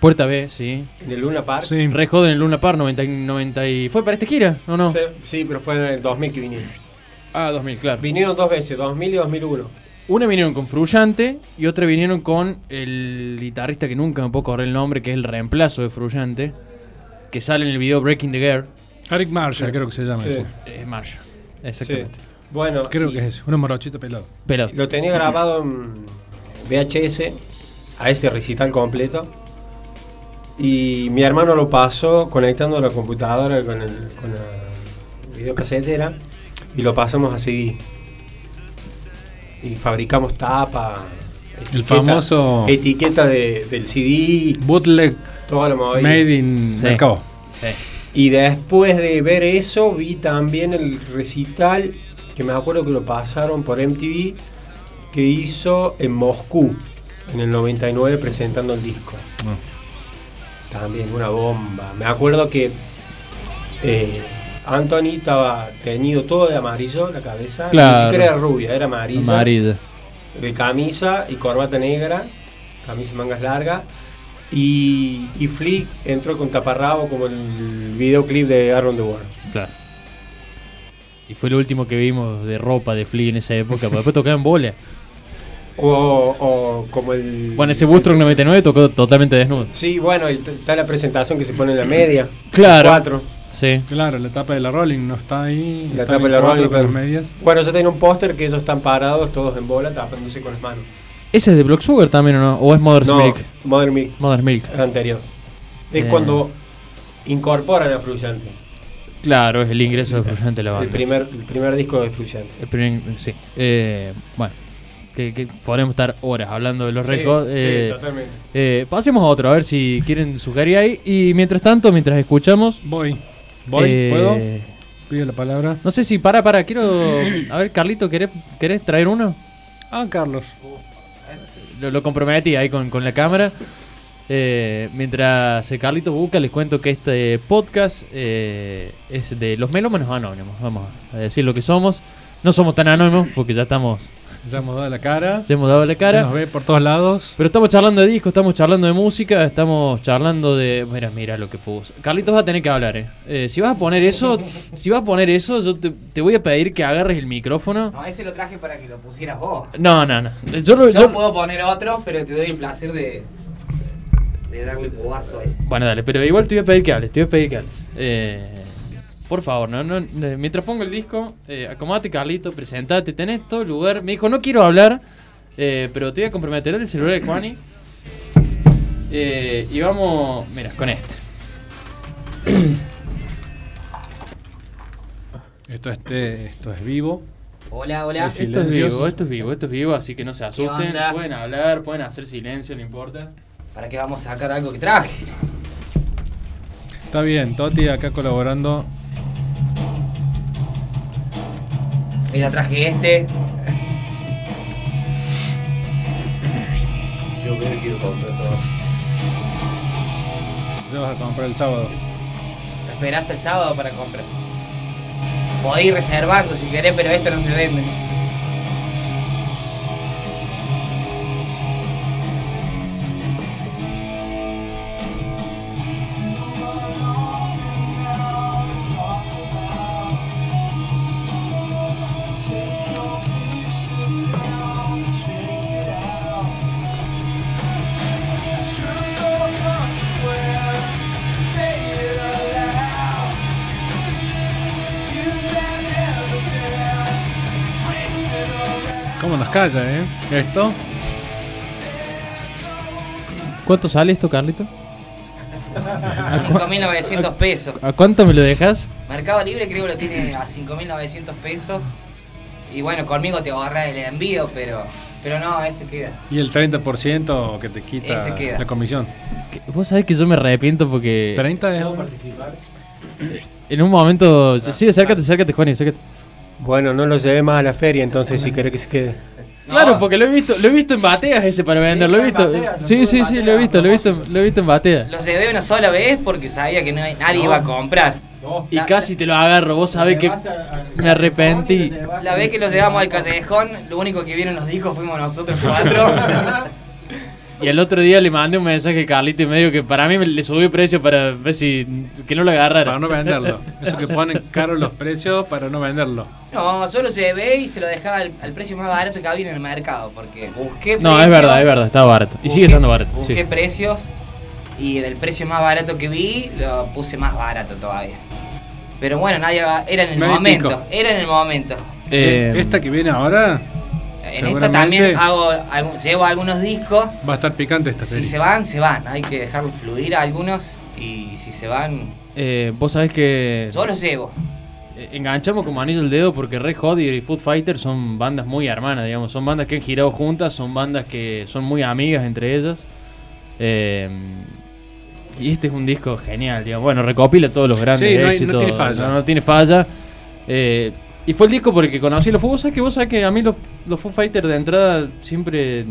Speaker 2: Puerta B, sí.
Speaker 4: en el Luna Park.
Speaker 3: Sí.
Speaker 2: Re joven en Luna Par 90, y- 90 y... ¿Fue para esta gira o no?
Speaker 4: Sí, sí, pero fue en el 2000 que vinieron.
Speaker 2: Ah, 2000, claro.
Speaker 4: Vinieron dos veces, 2000 y 2001.
Speaker 2: Una vinieron con Frullante y otra vinieron con el guitarrista que nunca me puedo correr el nombre, que es el reemplazo de Frullante, que sale en el video Breaking the Gear.
Speaker 3: Eric Marshall, creo que se llama
Speaker 4: Sí.
Speaker 3: ese.
Speaker 2: Es Mayo. Exactamente.
Speaker 4: Sí. Bueno,
Speaker 3: Creo
Speaker 4: y
Speaker 3: que es ese, un morochito pelado.
Speaker 2: Pero
Speaker 4: lo tenía grabado en VHS, a ese recital completo. Y mi hermano lo pasó conectando la computadora con, el, con la videocasetera y lo pasamos a CD. Y fabricamos tapa, etiqueta-
Speaker 3: famoso-
Speaker 4: etiqueta de- del CD,
Speaker 3: Bootleg
Speaker 4: toda la movida.
Speaker 3: Made in
Speaker 2: Sí.
Speaker 3: Mercado.
Speaker 2: sí.
Speaker 4: Y después de ver eso, vi también el recital, que me acuerdo que lo pasaron por MTV, que hizo en Moscú, en el 99, presentando el disco.
Speaker 2: Ah.
Speaker 4: También una bomba. Me acuerdo que eh, Anthony estaba teñido todo de amarillo, la cabeza. Ni
Speaker 2: Claro.
Speaker 4: siquiera era rubia, era amarilla.
Speaker 2: Amarillo.
Speaker 4: De camisa y corbata negra, camisa y mangas largas. Y, y Flick entró con taparrabo como el videoclip de Aaron the War.
Speaker 2: Claro. Y fue lo último que vimos de ropa de Flea en esa época, porque
Speaker 4: [LAUGHS]
Speaker 2: después tocaban bola.
Speaker 4: O, o como el.
Speaker 2: Bueno, ese Bustrong 99 tocó totalmente desnudo.
Speaker 4: Sí, bueno, y t- está la presentación que se pone en la media.
Speaker 2: Claro.
Speaker 4: Cuatro.
Speaker 2: Sí.
Speaker 3: Claro, la tapa de la Rolling no está ahí.
Speaker 4: La
Speaker 3: está
Speaker 4: tapa de
Speaker 3: en
Speaker 4: la
Speaker 3: cuatro
Speaker 4: Rolling,
Speaker 3: con las
Speaker 4: pero-
Speaker 3: medias.
Speaker 4: Bueno, yo tenía un póster que ellos están parados todos en bola tapándose con las manos.
Speaker 2: ¿Ese es de Block Sugar también o no? ¿O es Mother's
Speaker 4: No,
Speaker 2: Milk?
Speaker 4: Mother Milk,
Speaker 2: Mother's Milk.
Speaker 4: es anterior. Es
Speaker 2: Eh.
Speaker 4: cuando incorporan a Fluyente.
Speaker 2: Claro, es el ingreso de Frullante a la banda.
Speaker 4: El primer, el primer disco de Fluyente.
Speaker 2: El primer- sí. Eh, bueno, que, que podremos estar horas hablando de los
Speaker 4: Sí,
Speaker 2: récords.
Speaker 4: sí,
Speaker 2: eh,
Speaker 4: totalmente.
Speaker 2: eh, pasemos a otro, a ver si quieren sugerir ahí. Y mientras tanto, mientras escuchamos.
Speaker 3: Voy. Voy,
Speaker 2: eh,
Speaker 3: ¿puedo? Pido la palabra.
Speaker 2: No sé si, para, para, quiero. A ver, Carlito, ¿querés, querés traer uno?
Speaker 3: Ah, Carlos.
Speaker 2: Lo, lo comprometí ahí con, con la cámara. Eh, mientras eh, Carlitos busca, les cuento que este podcast eh, es de los melómanos anónimos. Vamos a decir lo que somos. No somos tan anónimos porque ya estamos,
Speaker 3: Ya hemos dado la cara.
Speaker 2: ya hemos dado la cara.
Speaker 3: Se nos ve por todos lados.
Speaker 2: Pero estamos charlando de discos, estamos charlando de música, estamos charlando de. Mira, mira lo que puso. Carlitos va a tener que hablar, eh. Eh, si vas a poner eso, si vas a poner eso, yo te, te voy a pedir que agarres el micrófono.
Speaker 5: No, ese lo traje para que lo pusieras vos.
Speaker 2: No, no, no. Yo lo.
Speaker 5: Yo
Speaker 2: yo-
Speaker 5: puedo poner otro, pero te doy el placer de, de darle cobazo a ese.
Speaker 2: Bueno, dale, pero igual te voy a pedir que hables, te voy a pedir que hables. Eh, por favor, no, no, eh, mientras pongo el disco, eh, acomodate Carlito, presentate, tenés todo el lugar. Me dijo, no quiero hablar, eh, pero te voy a comprometer el celular de Juani. Eh, y vamos, mira, con este.
Speaker 3: Esto, este, esto es vivo.
Speaker 5: Hola, hola.
Speaker 3: Sí.
Speaker 2: Esto es
Speaker 3: Silencios.
Speaker 2: vivo, esto es vivo, esto es vivo, así que no se asusten.
Speaker 5: onda?
Speaker 2: Pueden hablar, pueden hacer silencio, no importa.
Speaker 5: ¿Para qué vamos a sacar algo que traje?
Speaker 3: Está bien, Toti acá colaborando.
Speaker 5: Mira, traje este.
Speaker 4: Yo creo que quiero comprar todo.
Speaker 3: Ya vas a comprar el sábado.
Speaker 5: Esperaste el sábado para comprar. Podéis reservarlo si querés, pero esto no se vende.
Speaker 3: ¿Cómo nos calla, eh? Esto.
Speaker 2: ¿Cuánto sale esto, Carlito?
Speaker 5: 5.900 pesos.
Speaker 2: ¿A cuánto me lo dejas?
Speaker 5: Mercado Libre creo que lo tiene a 5.900 pesos. Y bueno, conmigo te ahorras el envío, pero, pero no, ese queda.
Speaker 3: Y el 30% que te quita
Speaker 5: Ese queda.
Speaker 3: la comisión.
Speaker 2: Vos sabés que yo me arrepiento porque
Speaker 3: 30 es
Speaker 4: ¿Puedo participar?
Speaker 2: Ah. en un momento... Sí, acércate, acércate, Juani, acércate.
Speaker 4: Bueno, no lo llevé más a la feria, entonces si querés que se quede.
Speaker 2: Claro, porque lo he visto, lo he visto en bateas ese para vender, lo he visto. sí, sí, sí, lo he visto, lo he visto, lo he visto en bateas.
Speaker 5: Lo llevé una sola vez porque sabía que no- nadie iba a comprar.
Speaker 2: Y casi te lo agarro, vos sabés que me arrepentí.
Speaker 5: La vez que los llevamos al callejón, lo único que vieron los discos fuimos nosotros
Speaker 2: [LAUGHS]
Speaker 5: cuatro.
Speaker 2: Y al otro día le mandé un mensaje a Carlito y medio que para mí me- le subí precio para ver si que no lo agarrara.
Speaker 3: Para no venderlo. Eso que ponen caros los precios para no venderlo.
Speaker 5: No, yo lo llevé y se lo dejaba al, al precio más barato que había en el mercado porque busqué
Speaker 2: No, es
Speaker 5: precios,
Speaker 2: verdad, es verdad, está barato. Y
Speaker 5: busqué-
Speaker 2: sigue estando barato.
Speaker 5: Busqué
Speaker 2: sí.
Speaker 5: precios y del precio más barato que vi lo puse más barato todavía. Pero bueno, nadie va- era en el
Speaker 3: Nadie
Speaker 5: momento,
Speaker 3: picó.
Speaker 5: era en el momento.
Speaker 2: Eh,
Speaker 3: Esta que viene ahora
Speaker 5: En esta
Speaker 3: Seguramente-
Speaker 5: también hago, algún- llevo algunos discos.
Speaker 3: va a estar picante esta
Speaker 5: Si
Speaker 3: feria.
Speaker 5: se van, se van. Hay que dejarlos fluir a algunos. Y si se van,
Speaker 2: eh, vos sabés que
Speaker 5: yo los llevo.
Speaker 2: eh, enganchamos como anillo el dedo porque Red Hot y Food Fighter son bandas muy hermanas, digamos. Son bandas que han girado juntas, son bandas que son muy amigas entre ellas. Eh, y este es un disco genial, digamos. Bueno, recopila todos los grandes
Speaker 3: Sí, no hay- no
Speaker 2: éxitos.
Speaker 3: tiene falla.
Speaker 2: No, no tiene falla. Eh, y fue el disco por el que conocí los Foo. Vos sabés que, vos sabés que a mí los, los Foo Fighters de entrada siempre...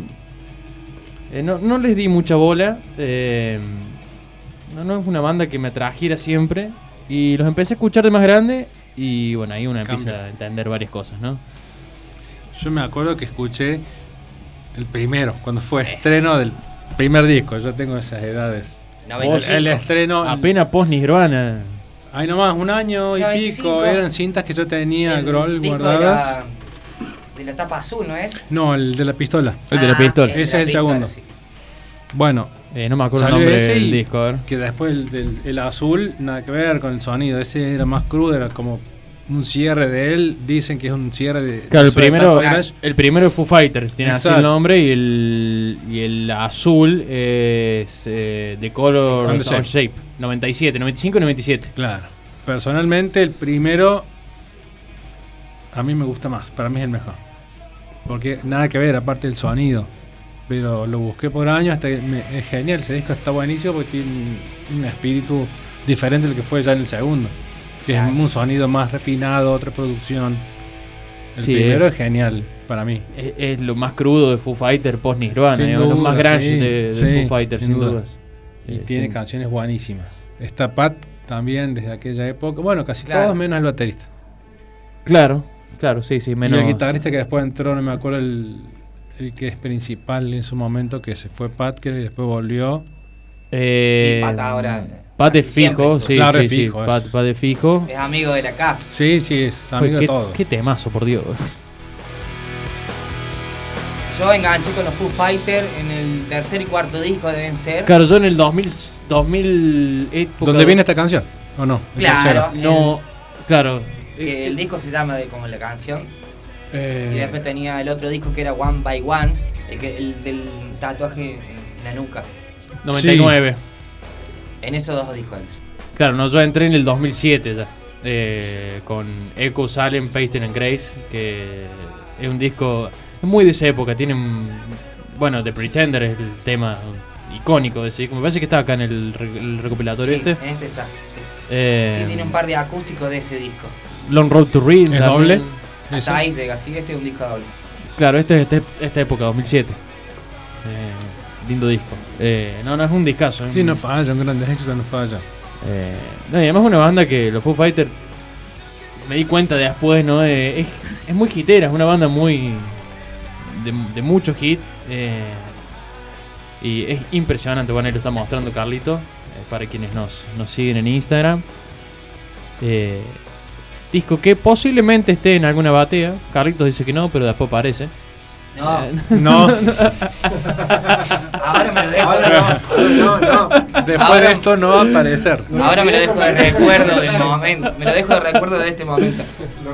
Speaker 2: eh, no, no les di mucha bola. eh, no, no es una banda que me atrajera siempre. Y los empecé a escuchar de más grande. Y bueno, ahí uno empieza
Speaker 3: Cambia.
Speaker 2: a entender varias cosas, ¿no?
Speaker 3: Yo me acuerdo que escuché el primero, cuando fue estreno del primer disco. Yo tengo esas edades. El,
Speaker 5: 95.
Speaker 3: el estreno.
Speaker 2: Apenas post Nirvana.
Speaker 3: Ahí nomás, un año y
Speaker 5: 95.
Speaker 3: pico. Eran cintas que yo tenía
Speaker 5: El
Speaker 3: Groll
Speaker 5: disco
Speaker 3: guardadas.
Speaker 5: De la, de la tapa azul, ¿no es?
Speaker 3: No, el de la pistola.
Speaker 2: El de la
Speaker 5: Ah,
Speaker 2: pistola.
Speaker 5: de
Speaker 3: Ese
Speaker 5: la
Speaker 3: es el segundo.
Speaker 5: sí.
Speaker 3: Bueno,
Speaker 2: Eh, no me acuerdo el
Speaker 3: Salió
Speaker 2: nombre
Speaker 3: ese
Speaker 2: del
Speaker 3: y-
Speaker 2: disco, a ver.
Speaker 3: que después el, del- el azul, nada que ver con el sonido. Ese era más crudo, era como un cierre de él. Dicen que es un cierre de.
Speaker 2: Claro, el
Speaker 3: sobre
Speaker 2: primero,
Speaker 3: Purple Rash.
Speaker 2: el primero es Foo Fighters, tiene así el
Speaker 3: Exacto.
Speaker 2: nombre y el, y el azul es eh, The Color
Speaker 3: And the
Speaker 2: and Shape. 97, 95 y 97.
Speaker 3: Claro. Personalmente, el primero a mí me gusta más. Para mí es el mejor. Porque nada que ver, aparte del sonido. Pero lo busqué por años hasta que me- es genial. Ese disco está buenísimo porque tiene un espíritu diferente al que fue ya en el segundo. Que es
Speaker 5: Claro.
Speaker 3: un sonido más refinado, otra producción. El
Speaker 2: Sí,
Speaker 3: primero
Speaker 2: eh.
Speaker 3: es genial para mí.
Speaker 2: Es, es lo más crudo de Foo Fighters post Nirvana,
Speaker 3: Sin
Speaker 2: digamos, lo
Speaker 3: duda,
Speaker 2: más grunge
Speaker 3: sí,
Speaker 2: de, de
Speaker 3: sí,
Speaker 2: Foo Fighters,
Speaker 3: sin
Speaker 2: sin,
Speaker 3: duda.
Speaker 2: dudas.
Speaker 3: Y
Speaker 2: Eh,
Speaker 3: tiene
Speaker 2: sí.
Speaker 3: canciones buenísimas. Está Pat también desde aquella época. Bueno, casi
Speaker 5: Claro.
Speaker 3: todos menos el baterista.
Speaker 2: Claro, claro, sí, sí, menos.
Speaker 3: Y el guitarrista que después entró, no me acuerdo el, el que es principal en su momento, que se fue Patker y después volvió.
Speaker 2: eh,
Speaker 5: Sí, Pat ahora.
Speaker 2: Pat es
Speaker 5: Siempre.
Speaker 2: fijo, sí,
Speaker 3: Mm. Claro,
Speaker 2: sí,
Speaker 3: es
Speaker 2: sí,
Speaker 3: fijo, es.
Speaker 2: Pat, Pat es fijo.
Speaker 5: Es amigo de la casa.
Speaker 3: Sí, sí, es amigo de
Speaker 2: qué,
Speaker 3: todos.
Speaker 2: qué temazo, por Dios.
Speaker 5: Yo enganché con los Foo Fighters en el tercer y cuarto disco deben ser.
Speaker 2: Claro, yo en el 2000, 2000 época-
Speaker 3: ¿Dónde viene esta canción? ¿O no? El
Speaker 5: Claro.
Speaker 2: No, claro.
Speaker 5: que
Speaker 2: Eh,
Speaker 5: el disco se llama de- como la canción.
Speaker 3: tercero. Eh,
Speaker 5: Y después tenía el otro disco que era One by One, el, que- el del tatuaje en la nuca.
Speaker 2: 99.
Speaker 5: En esos dos discos entré.
Speaker 2: Claro, no, yo entré en el 2007 ya. eh, con Echo, Salem, Pasting and Grace, que es un disco muy de esa época. Tienen. Bueno, The Pretender es el tema icónico de ese disco. Me parece que está acá en el, re- el recopilatorio
Speaker 5: Sí,
Speaker 2: este.
Speaker 5: en este está. sí.
Speaker 2: Eh,
Speaker 5: Sí, tiene un par de acústicos de ese disco.
Speaker 2: Long Road to Read.
Speaker 3: ¿Es
Speaker 2: también.
Speaker 3: doble?
Speaker 5: Hasta
Speaker 3: ¿Ese?
Speaker 5: ahí llega, sí, este es un disco doble.
Speaker 2: Claro, este es este- esta época, 2007. Eh, lindo disco. Eh, no, no es un discazo. es
Speaker 3: Sí,
Speaker 2: un-
Speaker 3: no falla, un gran éxito no
Speaker 2: [LAUGHS]
Speaker 3: falla.
Speaker 2: Eh, no, y además una banda que los Foo Fighters me di cuenta después, ¿no? Eh, es, es muy hitera, es una banda muy. de, de mucho hit. eh, y es impresionante, bueno, ahí lo está mostrando Carlito, eh, para quienes nos, nos siguen en Instagram. Eh, disco que posiblemente esté en alguna batea. Carlitos dice que no, pero después aparece.
Speaker 5: No,
Speaker 2: Eh.
Speaker 3: [LAUGHS] No,
Speaker 5: ahora
Speaker 3: [LAUGHS]
Speaker 5: me lo dejo.
Speaker 4: Ahora no, no, no.
Speaker 3: después
Speaker 5: Ahora-
Speaker 3: de esto no va a
Speaker 5: [LAUGHS]
Speaker 3: aparecer.
Speaker 5: Ahora me lo dejo de recuerdo del momento. Me lo dejo de recuerdo de este momento.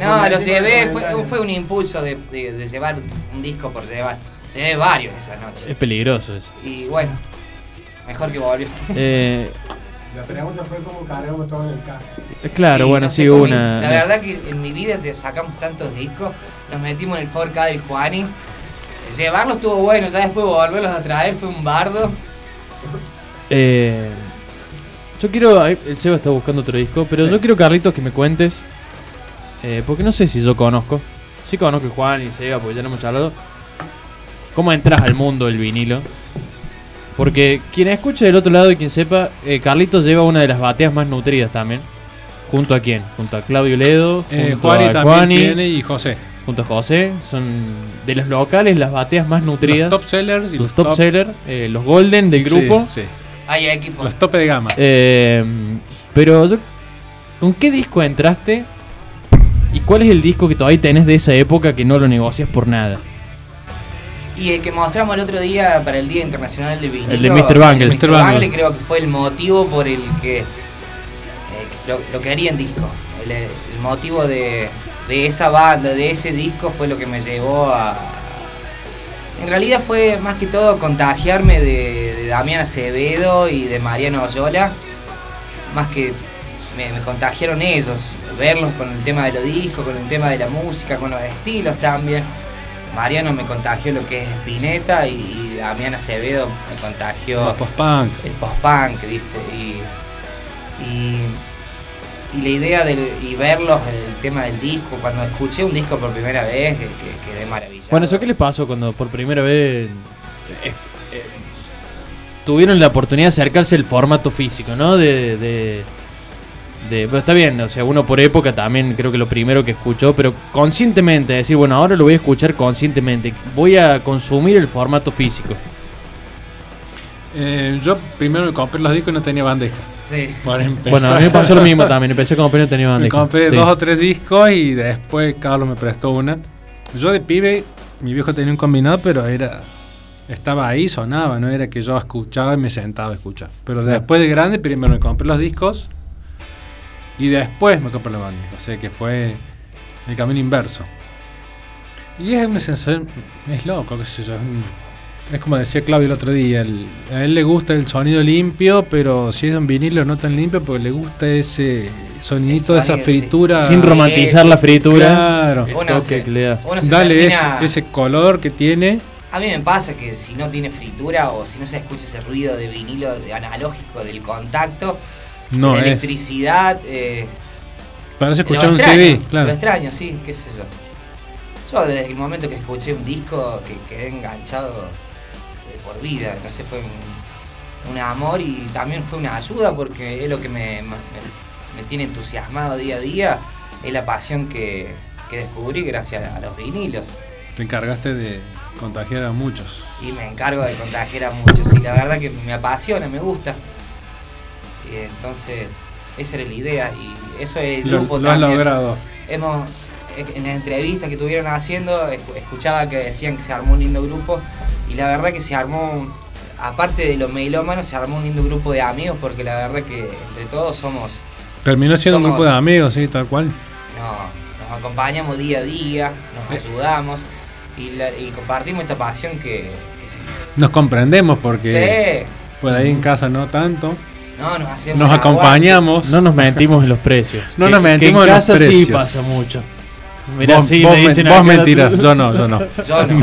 Speaker 5: No, lo llevé, fue, fue un impulso de, de- de llevar un disco por llevar. Llevé varios esa
Speaker 2: Es
Speaker 5: noche.
Speaker 2: peligroso
Speaker 5: [LAUGHS]
Speaker 2: eso.
Speaker 5: Y bueno, mejor que volvió.
Speaker 2: Eh,
Speaker 4: La pregunta fue cómo cargamos todo en el carro.
Speaker 2: claro,
Speaker 5: Sí,
Speaker 2: bueno,
Speaker 5: no sé
Speaker 2: sí,
Speaker 5: cómo
Speaker 2: hubo
Speaker 5: hice.
Speaker 2: una.
Speaker 5: La verdad que en mi vida se sacamos tantos discos, nos metimos en el 4K del Juani. Llevarlos estuvo bueno, ya después volverlos a traer fue un bardo.
Speaker 2: Eh, yo quiero. ahí El Seba está buscando otro disco, pero yo quiero, Carlitos, que me cuentes eh, porque no sé si yo conozco, sí conozco a Juan y Seba, porque ya lo hemos charlado, cómo entras al mundo del vinilo. Porque quien escuche del otro lado y quien sepa, eh, Carlitos lleva una de las bateas más nutridas también. ¿Junto a quién? Junto a Claudio Ledo,
Speaker 3: Eh,
Speaker 2: junto
Speaker 3: Juani
Speaker 2: a
Speaker 3: también
Speaker 2: Juani,
Speaker 3: tiene y José.
Speaker 2: junto a José. Son de los locales las bateas más nutridas.
Speaker 3: Los top sellers y
Speaker 2: los top seller, eh, los golden del grupo.
Speaker 3: Sí, sí.
Speaker 5: Hay equipo.
Speaker 3: Los tope de gama.
Speaker 2: Eh, pero, yo- ¿con qué disco entraste? ¿Y cuál es el disco que todavía tenés de esa época que no lo negocias por nada?
Speaker 5: Y el que mostramos el otro día para el Día Internacional del Vinilo.
Speaker 2: El de Mr. Bangle.
Speaker 5: Mr.
Speaker 3: Mr.
Speaker 5: Bangle
Speaker 3: Bangle.
Speaker 5: creo que fue el motivo por el que eh, lo, lo que haría en disco. El, el motivo de, de esa banda, de ese disco, fue lo que me llevó a... En realidad fue más que todo contagiarme de, de Damián Acevedo y de Mariano Oyola. Más que me, me contagiaron ellos, verlos con el tema de los discos, con el tema de la música, con los estilos también. Mariano me contagió lo que es Spinetta y, y Damián Acevedo me contagió
Speaker 3: Los post-punk.
Speaker 5: el post-punk, ¿viste? Y, y, y la idea del, y verlos, el tema del disco, cuando escuché un disco por primera vez, eh, que- quedé maravillado.
Speaker 2: Bueno, ¿eso qué les pasó cuando por primera vez eh, eh, tuvieron la oportunidad de acercarse al formato físico, ¿no? De, de, de- pero está bien, o sea, uno por época también creo que lo primero que escuchó, pero conscientemente, decir, bueno, ahora lo voy a escuchar conscientemente, voy a consumir el formato físico.
Speaker 3: Eh, yo primero me compré los discos y no tenía bandeja.
Speaker 5: Sí.
Speaker 3: Para empezar.
Speaker 2: Bueno, a mí me pasó lo mismo también, empecé con Opinion
Speaker 3: [LAUGHS]
Speaker 2: Tenía
Speaker 3: Me
Speaker 2: Bandeja.
Speaker 3: compré
Speaker 2: sí.
Speaker 3: dos o tres discos y después Carlos me prestó una. Yo de pibe, mi viejo tenía un combinado, pero era. Estaba ahí, sonaba, no era que yo escuchaba y me sentaba a escuchar. Pero después de grande, primero me compré los discos y después me compré la banda. O sea que fue el camino inverso. Y es una sensación. Es loco, qué sé yo. es un- Es como decía Claudio el otro día, el- a él le gusta el sonido limpio, pero si es un vinilo no tan limpio, porque le gusta ese sonidito,
Speaker 5: El
Speaker 3: esa
Speaker 5: sonido, sí.
Speaker 3: fritura.
Speaker 2: Sin romantizar la fritura.
Speaker 3: Claro.
Speaker 2: El toque que le da.
Speaker 5: uno se
Speaker 3: Dale ese,
Speaker 5: termina-
Speaker 3: ese color que tiene.
Speaker 5: A mí me pasa que si no tiene fritura o si no se escucha ese ruido de vinilo de- analógico del contacto,
Speaker 3: No
Speaker 5: de la
Speaker 3: es.
Speaker 5: electricidad, eh,
Speaker 3: Parece
Speaker 5: lo
Speaker 3: escuchar un
Speaker 5: extraño,
Speaker 3: CD,
Speaker 5: Lo
Speaker 3: claro.
Speaker 5: extraño, sí, qué sé yo. Yo desde el momento que escuché un disco que quedé enganchado de por vida, no sé, fue un, un amor y también fue una ayuda porque es lo que me, me- me tiene entusiasmado día a día, es la pasión que, que descubrí gracias a los vinilos.
Speaker 3: Te encargaste de contagiar a muchos.
Speaker 5: Y me encargo de contagiar a muchos y la verdad que me apasiona, me gusta. Y entonces, esa era la idea y eso es el
Speaker 3: Lo,
Speaker 5: grupo
Speaker 3: lo has
Speaker 5: también.
Speaker 3: logrado.
Speaker 5: hemos en las entrevistas que estuvieron haciendo escu- escuchaba que decían que se armó un lindo grupo y la verdad que se armó un- aparte de los melómanos se armó un lindo grupo de amigos porque la verdad que entre todos somos
Speaker 3: Terminó siendo un
Speaker 5: Somos-
Speaker 3: grupo de amigos, sí, tal cual.
Speaker 5: no, nos acompañamos día a día nos
Speaker 3: Sí.
Speaker 5: ayudamos y, la- y compartimos esta pasión que, que se-
Speaker 3: Nos comprendemos porque
Speaker 5: Sí.
Speaker 3: por ahí en casa no tanto.
Speaker 5: no nos hacemos
Speaker 3: Nos
Speaker 5: un aguante.
Speaker 3: acompañamos.
Speaker 2: No nos mentimos en los precios.
Speaker 3: No
Speaker 2: Que-
Speaker 3: nos
Speaker 2: que
Speaker 3: mentimos
Speaker 2: en
Speaker 3: en los
Speaker 2: casa sí
Speaker 3: precios.
Speaker 2: pasa mucho. Mirá,
Speaker 3: vos,
Speaker 2: sí,
Speaker 3: vos
Speaker 2: me
Speaker 3: men-
Speaker 2: dicen
Speaker 3: vos
Speaker 2: acá-
Speaker 3: mentirás, yo no, yo no. [LAUGHS]
Speaker 5: yo no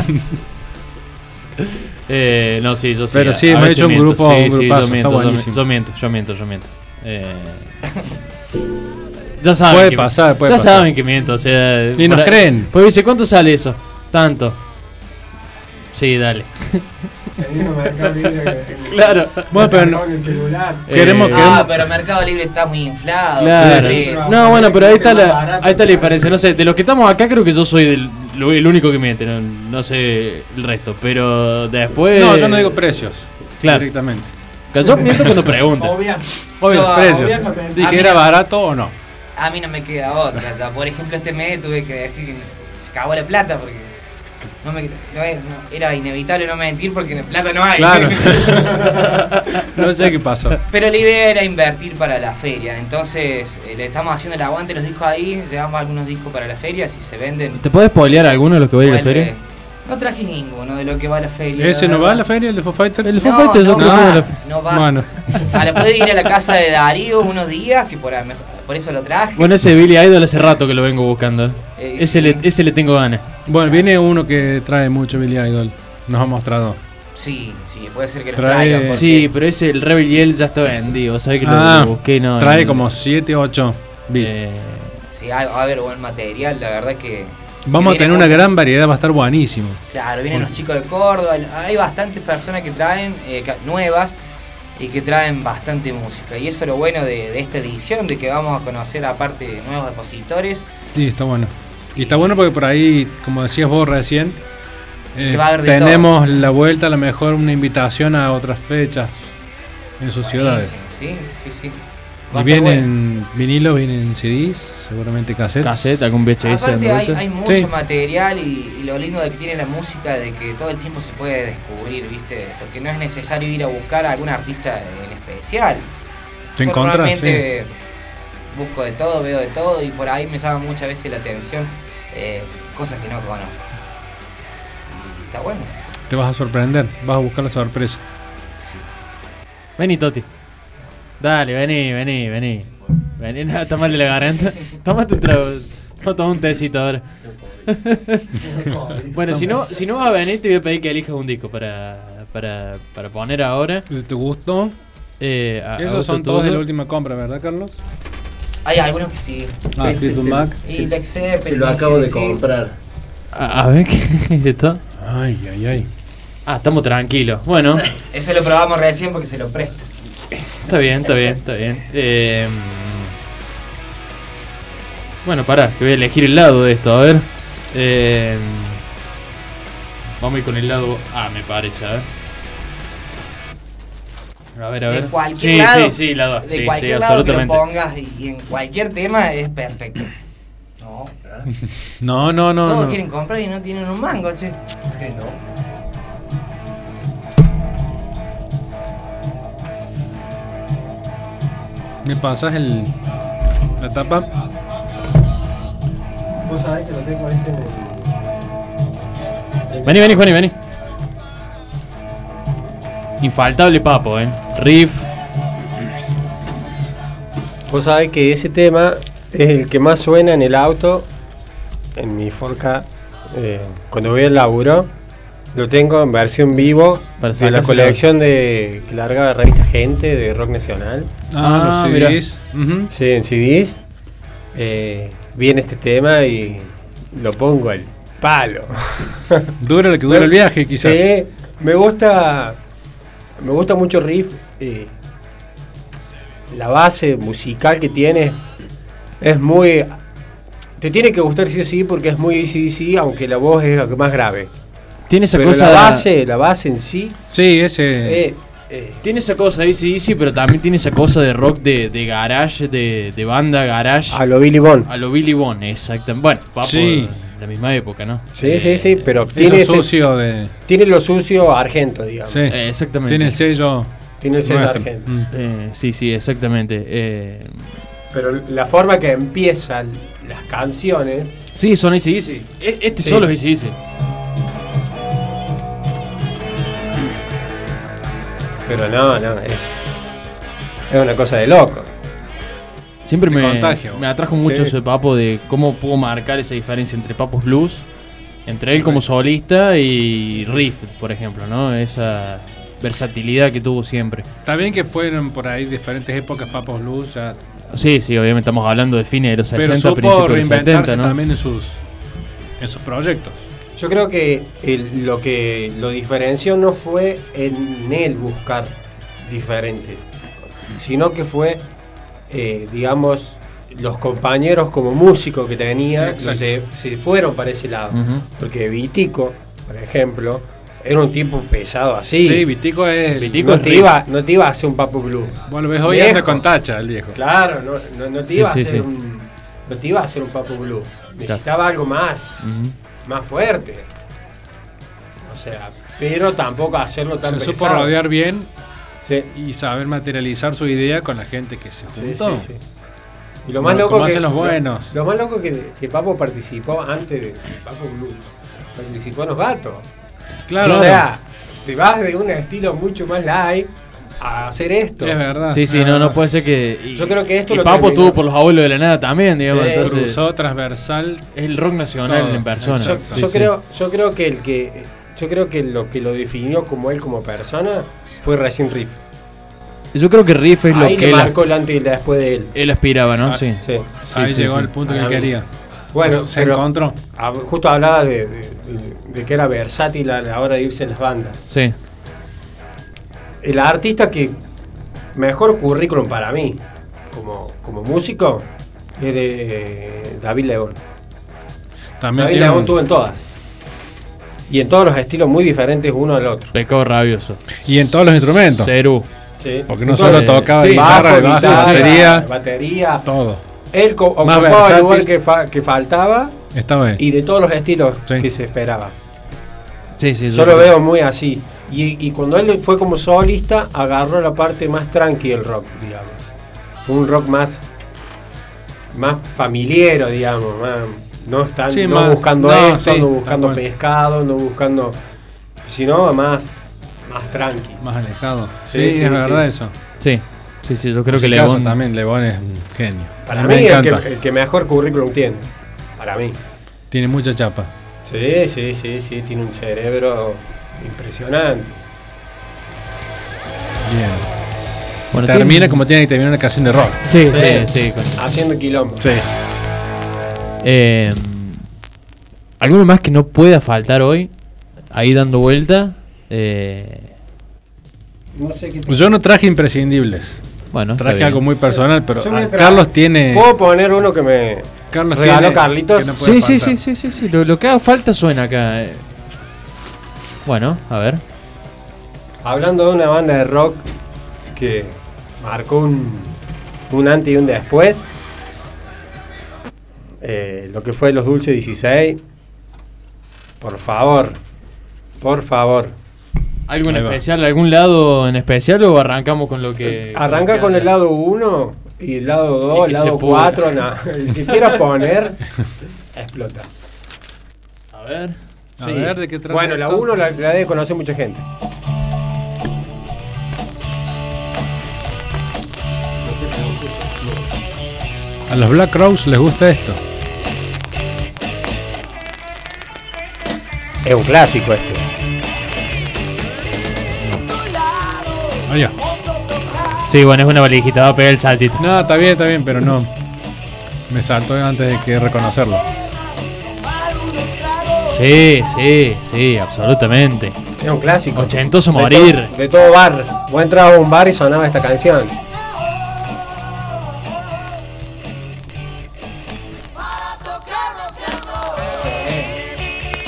Speaker 2: Eh, no, sí, yo sí.
Speaker 3: Pero
Speaker 2: a-
Speaker 3: sí,
Speaker 2: a
Speaker 3: me ha
Speaker 2: veces
Speaker 3: hecho un
Speaker 2: miento.
Speaker 3: grupo- un
Speaker 2: yo,
Speaker 3: grupazo, está
Speaker 2: miento, yo mi-
Speaker 3: buenísimo.
Speaker 2: yo miento, yo miento, yo miento. Eh, ya saben.
Speaker 3: Puede
Speaker 2: que-
Speaker 3: pasar, puede
Speaker 2: Ya
Speaker 3: pasar.
Speaker 2: saben que miento, o sea.
Speaker 3: Ni
Speaker 2: por
Speaker 3: nos
Speaker 2: ahí-
Speaker 3: creen.
Speaker 2: Pues dice, ¿cuánto sale eso? Tanto. Sí, dale. Claro.
Speaker 3: Bueno, pero no-
Speaker 4: el celular.
Speaker 3: queremos,
Speaker 2: Eh,
Speaker 5: ah
Speaker 3: queremos,
Speaker 5: pero Mercado Libre está muy inflado
Speaker 2: Claro.
Speaker 5: sí.
Speaker 2: No, bueno, pero ahí está la,
Speaker 4: Barato,
Speaker 2: ahí está la diferencia. No sé, de los que estamos acá creo que yo soy del- lo- el único que miente, no, no sé el resto. Pero después...
Speaker 3: no, yo no digo precios.
Speaker 2: Claro.
Speaker 3: Directamente.
Speaker 2: Yo miento cuando
Speaker 5: [LAUGHS]
Speaker 2: pregunto.
Speaker 3: Obvio,
Speaker 5: Yo,
Speaker 3: precios.
Speaker 4: obvio, pero-
Speaker 5: Ah,
Speaker 3: Dije,
Speaker 5: mira.
Speaker 3: ¿era barato o no?
Speaker 5: A mí no me queda otra. ya. Por ejemplo, este mes tuve que decir que se cagó la plata porque no me, no es- no- era inevitable no mentir porque plata no hay.
Speaker 3: Claro. [LAUGHS] no sé qué pasó.
Speaker 5: [LAUGHS] Pero la idea era invertir para la feria. Entonces eh, le estamos haciendo el aguante a los discos ahí. Llevamos algunos discos para la feria. Si se venden.
Speaker 2: ¿Te puedes spoilear alguno de los que voy a ir a la
Speaker 5: vuelve.
Speaker 2: feria?
Speaker 5: No traje ninguno de lo que va a la feria.
Speaker 3: ¿Ese
Speaker 5: la
Speaker 3: no va a
Speaker 5: verdad.
Speaker 3: la feria, el de Foo Fighters?
Speaker 2: El Foo
Speaker 5: No,
Speaker 2: Fighters yo
Speaker 5: no
Speaker 2: creo que
Speaker 5: va,
Speaker 2: era la-
Speaker 5: no va.
Speaker 3: Bueno,
Speaker 5: Ahora puedo ir
Speaker 3: [LAUGHS]
Speaker 5: a la casa de Darío unos días, que por, a- por eso lo traje.
Speaker 2: Bueno, ese Billy Idol hace rato que lo vengo buscando.
Speaker 5: Eh,
Speaker 2: Ese,
Speaker 5: sí.
Speaker 2: le, ese le tengo ganas.
Speaker 3: bueno, viene uno que trae mucho Billy Idol. Nos ha mostrado.
Speaker 5: Sí, sí, puede ser que lo
Speaker 3: Trae-
Speaker 5: traigan. porque-
Speaker 2: Sí, pero ese, el Rebel Yell ya está vendido. ¿Sabes que lo-
Speaker 3: Ah,
Speaker 2: lo, busqué? y No,
Speaker 3: trae
Speaker 2: no-
Speaker 3: como 7, 8 bits.
Speaker 2: eh,
Speaker 5: sí, va a haber buen material, la verdad que...
Speaker 3: Vamos a
Speaker 5: viene
Speaker 3: tener una
Speaker 5: mucha-
Speaker 3: gran variedad, va a estar buenísimo.
Speaker 5: Claro, vienen los chicos de Córdoba, hay bastantes personas que traen, eh, ca- nuevas, y que traen bastante música. Y eso es lo bueno de, de esta edición, de que vamos a conocer aparte nuevos depositores,
Speaker 3: Sí, está bueno. Y está bueno porque por ahí, como decías vos recién, eh,
Speaker 5: Que va a haber de
Speaker 3: tenemos la vuelta, a lo mejor una invitación a otras fechas en sus ciudades.
Speaker 5: Sí, sí, sí. Va a
Speaker 3: Y
Speaker 5: estar
Speaker 3: vienen vinilos, vienen CDs, seguramente cassettes.
Speaker 2: Caseta con VHS.
Speaker 5: Aparte
Speaker 2: dando
Speaker 5: hay,
Speaker 2: vueltas.
Speaker 5: hay mucho
Speaker 3: Sí.
Speaker 5: material y, y lo lindo de que tiene la música de que todo el tiempo se puede descubrir, ¿viste? Porque no es necesario ir a buscar a algún artista en especial.
Speaker 3: Te
Speaker 5: Yo
Speaker 3: encontrás,
Speaker 5: normalmente busco de todo, veo de todo y por ahí me llama muchas veces la atención eh, cosas que no conozco. Y está bueno.
Speaker 3: Te vas a sorprender, vas a buscar la sorpresa.
Speaker 5: Sí.
Speaker 2: Vení, Toti. Dale, vení, vení, vení. Vení, no, tomale la garganta. Tómate un trago. Toma, toma un tecito ahora. [LAUGHS] bueno, si no, si no vas a venir, te voy a pedir que elijas un disco para, para, para poner ahora.
Speaker 3: ¿De tu gusto?
Speaker 2: Eh, a- a
Speaker 3: Esos
Speaker 2: gusto
Speaker 3: son todos de
Speaker 2: tuyo.
Speaker 3: la última compra, ¿verdad, Carlos?
Speaker 5: Hay algunos que sí.
Speaker 3: Ah,
Speaker 6: Este
Speaker 3: Fleetwood
Speaker 6: se-
Speaker 3: Mac.
Speaker 5: Y Led Zeppelin,
Speaker 6: Se lo acabo de
Speaker 5: sí.
Speaker 6: comprar.
Speaker 2: A, a ver, ¿qué es esto?
Speaker 3: Ay, ay, ay.
Speaker 2: Ah, estamos tranquilos. Bueno,
Speaker 5: Ese lo probamos recién porque se lo presto.
Speaker 2: está bien, está bien, está bien. Eh, bueno, pará, que voy a elegir el lado de esto, a ver. Eh, vamos a ir con el lado A, me parece, a ver. A ver, a
Speaker 5: De
Speaker 2: ver.
Speaker 5: cualquier
Speaker 2: sí,
Speaker 5: lado.
Speaker 2: sí, sí, lado A.
Speaker 5: De
Speaker 2: sí,
Speaker 5: cualquier
Speaker 2: sí,
Speaker 5: lado que lo
Speaker 2: absolutamente.
Speaker 5: pongas y, y en cualquier tema es perfecto. No,
Speaker 3: No, no, no.
Speaker 5: todos
Speaker 3: no.
Speaker 5: quieren comprar y no tienen un mango, che. No.
Speaker 3: ¿Me pasas el, la tapa?
Speaker 4: Vos sabés que lo tengo ese en el- en el-
Speaker 2: Vení, vení, Juani, vení. Infaltable papo, eh. Riff.
Speaker 4: Vos sabés que ese tema es el que más suena en el auto, en mi forca. cuando voy al laburo, lo tengo en versión vivo
Speaker 2: Para
Speaker 4: de la
Speaker 2: sacárselo.
Speaker 4: colección de que larga la revista Gente de Rock Nacional.
Speaker 3: Ah,
Speaker 2: Ah,
Speaker 3: los
Speaker 2: mira.
Speaker 3: CDs. Ujú.
Speaker 4: Sí, en CDs. eh, viene este tema y lo pongo al palo.
Speaker 3: Dura lo que dura el viaje, quizás.
Speaker 4: Sí, me gusta. Me gusta mucho el riff. eh, la base musical que tiene es muy. Te tiene que gustar sí o sí porque es muy easy, easy, aunque la voz es la que más grave.
Speaker 2: Tiene esa
Speaker 4: Pero
Speaker 2: cosa.
Speaker 4: la base, la base en sí.
Speaker 3: Sí, ese.
Speaker 4: eh, eh,
Speaker 2: Tiene esa cosa de ACDC, pero también tiene esa cosa de rock de, de garage, de, de banda garage.
Speaker 4: a lo Billy Bond.
Speaker 3: Ah,
Speaker 2: A lo Billy Bond, exactamente. Bueno, papo,
Speaker 3: Sí.
Speaker 2: la misma época, ¿no?
Speaker 4: Sí,
Speaker 2: Eh,
Speaker 4: sí, sí, pero
Speaker 3: Eso
Speaker 4: tiene, ese-
Speaker 3: sucio de.
Speaker 4: tiene lo sucio argento, digamos.
Speaker 3: Sí.
Speaker 2: eh, exactamente.
Speaker 3: Tiene el sello.
Speaker 4: Tiene el sello
Speaker 3: nuestro.
Speaker 4: argento.
Speaker 3: Mm.
Speaker 2: Eh, sí, sí, exactamente. Eh,
Speaker 4: Pero la forma que empiezan las canciones
Speaker 2: sí, son ACDC. E- Este
Speaker 4: Sí.
Speaker 2: solo es ACDC.
Speaker 4: Pero no, no, es, es una cosa de loco.
Speaker 2: Siempre
Speaker 3: Te
Speaker 2: me,
Speaker 3: contagio.
Speaker 2: me atrajo mucho
Speaker 4: Sí.
Speaker 2: ese papo de cómo pudo marcar esa diferencia entre Papos Blues, entre él como solista y Riff, por ejemplo, ¿no? Esa versatilidad que tuvo siempre.
Speaker 3: Está bien que fueron por ahí diferentes épocas, Papos Luz, ya.
Speaker 2: Sí, sí, obviamente estamos hablando de fines de los
Speaker 3: Pero
Speaker 2: 60,
Speaker 3: supo
Speaker 2: principios de los
Speaker 3: reinventarse
Speaker 2: 70, ¿no?
Speaker 3: también en sus, en sus proyectos.
Speaker 4: Yo creo que el- lo que lo diferenció no fue en él buscar diferentes, sino que fue, eh, digamos, los compañeros como músico que tenía
Speaker 3: Exacto.
Speaker 4: se, se fueron para ese lado.
Speaker 2: Ujú.
Speaker 4: Porque Vitico, por ejemplo, era un tipo pesado así.
Speaker 3: Sí, Vitico es. el-
Speaker 2: Vitico.
Speaker 4: no,
Speaker 2: es
Speaker 4: te
Speaker 2: riff.
Speaker 4: iba, no te iba a hacer un papo blue.
Speaker 3: Vos lo ves hoy
Speaker 4: Viejo.
Speaker 3: anda con tacha, el viejo.
Speaker 4: Claro, no, no- no te
Speaker 2: Sí,
Speaker 4: iba a
Speaker 2: sí,
Speaker 4: hacer
Speaker 2: sí.
Speaker 4: un. No te iba a hacer un papo blue. Necesitaba algo más.
Speaker 2: Ujú.
Speaker 4: más fuerte. O sea, pero tampoco hacerlo tan
Speaker 3: Se supo
Speaker 4: pesado.
Speaker 3: rodear bien
Speaker 4: Sí,
Speaker 3: y saber materializar su idea con la gente que se
Speaker 4: sí,
Speaker 3: juntó.
Speaker 4: sí, sí. Y lo más
Speaker 3: Bueno,
Speaker 4: loco
Speaker 3: como
Speaker 4: que,
Speaker 3: hacen los
Speaker 4: lo-
Speaker 3: buenos.
Speaker 4: Lo, más loco que, que Papo participó antes de Papo Blues. Participó en los gatos.
Speaker 3: Claro,
Speaker 4: O sea, te vas de un estilo mucho más light a hacer esto.
Speaker 3: es verdad.
Speaker 2: Sí, sí,
Speaker 3: es
Speaker 2: no, no
Speaker 3: verdad.
Speaker 2: puede ser que. y-
Speaker 4: Yo creo que esto
Speaker 2: y
Speaker 4: lo
Speaker 2: Papo
Speaker 4: terminó.
Speaker 2: tuvo por los abuelos de la nada también, digamos.
Speaker 4: Sí.
Speaker 2: entonces,
Speaker 3: Cruzó transversal.
Speaker 2: es el rock nacional
Speaker 3: Todo.
Speaker 2: en persona.
Speaker 4: Yo,
Speaker 3: Exacto.
Speaker 2: Sí,
Speaker 4: yo
Speaker 2: sí.
Speaker 4: creo, yo creo que el que yo creo que lo que lo definió como él como persona fue Racing Riff.
Speaker 2: Yo creo que Riff es lo
Speaker 4: Ahí
Speaker 2: que
Speaker 4: le
Speaker 2: él,
Speaker 4: marcó el antes y el después de él.
Speaker 2: él aspiraba, ¿no?
Speaker 3: Ah,
Speaker 2: sí.
Speaker 4: Sí.
Speaker 2: Sí,
Speaker 3: ahí
Speaker 2: sí,
Speaker 3: llegó
Speaker 2: sí.
Speaker 3: al punto que
Speaker 4: Ah,
Speaker 3: él quería.
Speaker 4: Bueno,
Speaker 3: se
Speaker 4: pero-
Speaker 3: encontró.
Speaker 4: Ah, Justo hablaba de, de- de que era versátil a la hora de irse en las bandas.
Speaker 2: Sí.
Speaker 4: El artista que mejor currículum para mí, como, como músico, es de David León.
Speaker 3: También
Speaker 4: David
Speaker 3: tiene
Speaker 4: León
Speaker 3: un-
Speaker 4: tuvo en todas. Y en todos los estilos muy diferentes uno al otro.
Speaker 2: Pecado rabioso.
Speaker 3: Y en todos los instrumentos.
Speaker 2: Cerú.
Speaker 4: Sí.
Speaker 3: Porque no
Speaker 2: Entonces,
Speaker 3: solo tocaba
Speaker 2: sí,
Speaker 3: guitarra,
Speaker 4: bajo,
Speaker 3: el bajo,
Speaker 4: guitarra,
Speaker 3: batería,
Speaker 4: batería.
Speaker 3: todo.
Speaker 4: Él co-
Speaker 3: Más
Speaker 4: ocupaba el lugar
Speaker 3: versátil.
Speaker 4: que, fa- que faltaba
Speaker 3: Estaba ahí.
Speaker 4: y de todos los estilos
Speaker 3: Sí.
Speaker 4: que se esperaba.
Speaker 2: Sí, sí.
Speaker 4: Yo lo veo muy así. Y, y cuando él fue como solista, agarró la parte más tranqui del rock, digamos. Fue un rock más, más familiero, digamos. más- no están
Speaker 3: Sí,
Speaker 4: no
Speaker 3: más-
Speaker 4: buscando
Speaker 3: no,
Speaker 4: esto,
Speaker 3: sí,
Speaker 4: no
Speaker 3: tal
Speaker 4: buscando
Speaker 3: cual.
Speaker 4: pescado, no buscando. sino más, más tranqui.
Speaker 3: Más alejado. Sí,
Speaker 4: Sí, sí,
Speaker 3: es
Speaker 4: sí.
Speaker 3: verdad eso.
Speaker 2: Sí. Sí, sí, yo creo que
Speaker 3: Musicazo
Speaker 2: León
Speaker 3: también, León es un genio.
Speaker 4: Para
Speaker 3: A
Speaker 4: mí,
Speaker 3: me
Speaker 4: el
Speaker 3: encanta.
Speaker 4: que, el que mejor currículum tiene. Para mí.
Speaker 3: Tiene mucha chapa.
Speaker 4: Sí, sí, sí, sí, tiene un cerebro impresionante.
Speaker 3: Bien.
Speaker 2: Bueno,
Speaker 3: Termina
Speaker 2: tiene-
Speaker 3: como tiene que terminar una canción de rock.
Speaker 2: Sí, sí,
Speaker 4: Sí.
Speaker 2: sí. con-
Speaker 4: Haciendo quilombo.
Speaker 3: Sí.
Speaker 2: Eh, ¿Alguno más que no pueda faltar hoy? Ahí dando vuelta. Eh,
Speaker 4: No sé qué
Speaker 3: Yo no traje imprescindibles.
Speaker 2: bueno, está
Speaker 3: Traje
Speaker 2: bien.
Speaker 3: algo muy personal, pero
Speaker 4: Yo me
Speaker 3: ah,
Speaker 4: tra-
Speaker 3: Carlos tiene.
Speaker 4: Puedo poner uno que me
Speaker 3: Carlos
Speaker 4: regaló
Speaker 3: tiene-
Speaker 4: Carlitos.
Speaker 3: que no puede
Speaker 2: Sí, sí, sí,
Speaker 3: faltar.
Speaker 2: sí, sí, sí. Lo, lo que haga falta suena acá. eh. Bueno, a ver.
Speaker 4: Hablando de una banda de rock que marcó un, un antes y un después, eh, lo que fue Los Dulces 16, por favor, por favor.
Speaker 2: ¿Algo en
Speaker 3: Ahí va.
Speaker 2: especial? ¿Algún lado en especial o arrancamos con lo que.
Speaker 4: Arranca
Speaker 2: lo que
Speaker 4: con el
Speaker 2: haya?
Speaker 4: lado 1 y el lado 2,
Speaker 2: Y
Speaker 4: el
Speaker 2: que se
Speaker 4: lado
Speaker 2: pudra.
Speaker 4: 4, [LAUGHS] el que quieras poner, explota.
Speaker 2: A ver.
Speaker 3: A
Speaker 4: Sí.
Speaker 3: ver, ¿de qué trata
Speaker 4: Bueno, la
Speaker 3: esto?
Speaker 4: 1 la, la debe conocer mucha gente.
Speaker 3: A los Black Crowes les gusta esto.
Speaker 4: Es un clásico este.
Speaker 3: Allá.
Speaker 2: Sí, bueno, es una valijita. Va a pegar el saltito.
Speaker 3: No, está bien, está bien, pero no. Me saltó antes de que reconocerlo.
Speaker 2: Sí, sí, sí, absolutamente.
Speaker 4: Es un clásico.
Speaker 2: Ochentoso
Speaker 4: De
Speaker 2: morir.
Speaker 4: to- de todo bar. Vos entrabas a un bar y sonaba esta canción.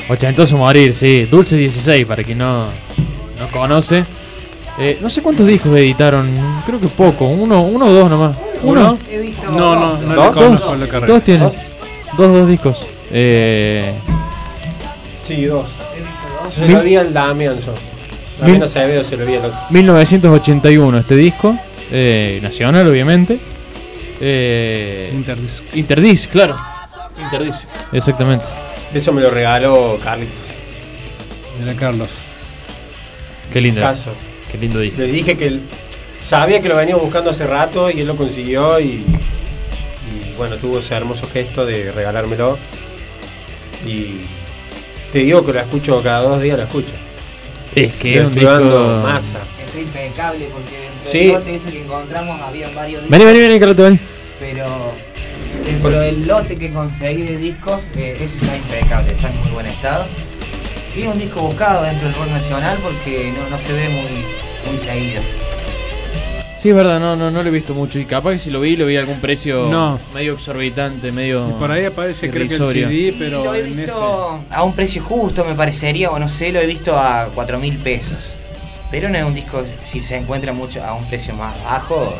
Speaker 2: Ochentoso morir, sí. Dulce 16, para quien no, no conoce. Eh, no sé cuántos discos editaron, creo que poco, uno, uno o dos nomás. Uno,
Speaker 5: He visto
Speaker 3: No, no,
Speaker 5: dos.
Speaker 3: no
Speaker 4: ¿Dos?
Speaker 3: le conozco
Speaker 4: ¿Dos?
Speaker 3: la carrera.
Speaker 2: dos tienen.
Speaker 4: Dos.
Speaker 2: Dos, dos discos. Eh,
Speaker 4: Sí, dos. Se lo vi al Damianson.
Speaker 2: Mil-
Speaker 4: Damián Acevedo se lo vi al otro.
Speaker 2: 1981 este disco, eh, nacional obviamente. Eh,
Speaker 3: Interdisc.
Speaker 2: Interdisc, claro. Interdisc. Exactamente.
Speaker 4: Eso me lo regaló Carlitos.
Speaker 3: Mira, Carlos.
Speaker 2: Qué lindo.
Speaker 4: Caso.
Speaker 2: Qué lindo disco.
Speaker 4: Le dije que él- sabía que lo venía buscando hace rato y él lo consiguió y, y, bueno, tuvo ese hermoso gesto de regalármelo. Y te digo que lo escucho cada dos días, lo escucho.
Speaker 2: Es que es un
Speaker 4: Estoy dando
Speaker 2: disco.
Speaker 4: masa.
Speaker 5: Está impecable porque dentro
Speaker 4: Sí.
Speaker 5: del lote ese que encontramos habían varios discos,
Speaker 2: Vení, vení, vení, Carlos, vení.
Speaker 5: pero dentro del lote que conseguí de discos, eh, ese está impecable, está en muy buen estado. Y es un disco buscado dentro del rock nacional porque no, no se ve muy, muy seguido.
Speaker 2: Sí, es verdad, no, no, no lo he visto mucho. Y capaz que si lo vi, lo vi a algún precio
Speaker 3: No.
Speaker 2: medio exorbitante, medio.
Speaker 3: Y por ahí aparece, creo que el
Speaker 2: irrisorio.
Speaker 3: CD,
Speaker 5: Y
Speaker 3: pero.
Speaker 5: lo he
Speaker 3: en
Speaker 5: visto a un precio justo, me parecería, o no sé, lo he visto a 4 mil pesos. Pero no es un disco, si se encuentra mucho a un precio más bajo,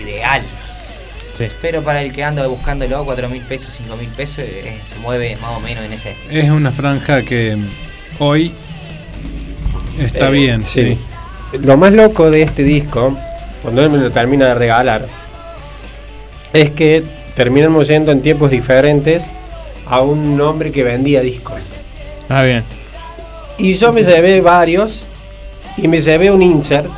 Speaker 5: ideal.
Speaker 2: Sí.
Speaker 5: Pero para el que anda buscándolo, 4 mil pesos, 5 mil pesos, eh, se mueve más o menos en ese estilo.
Speaker 3: ese- Es una franja que mm, hoy está
Speaker 4: Eh,
Speaker 3: bien, sí.
Speaker 4: Lo más loco de este disco, cuando él me lo termina de regalar, es que terminamos yendo en tiempos diferentes a un hombre que vendía discos.
Speaker 2: Ah, bien.
Speaker 4: Y yo me llevé varios y me llevé un insert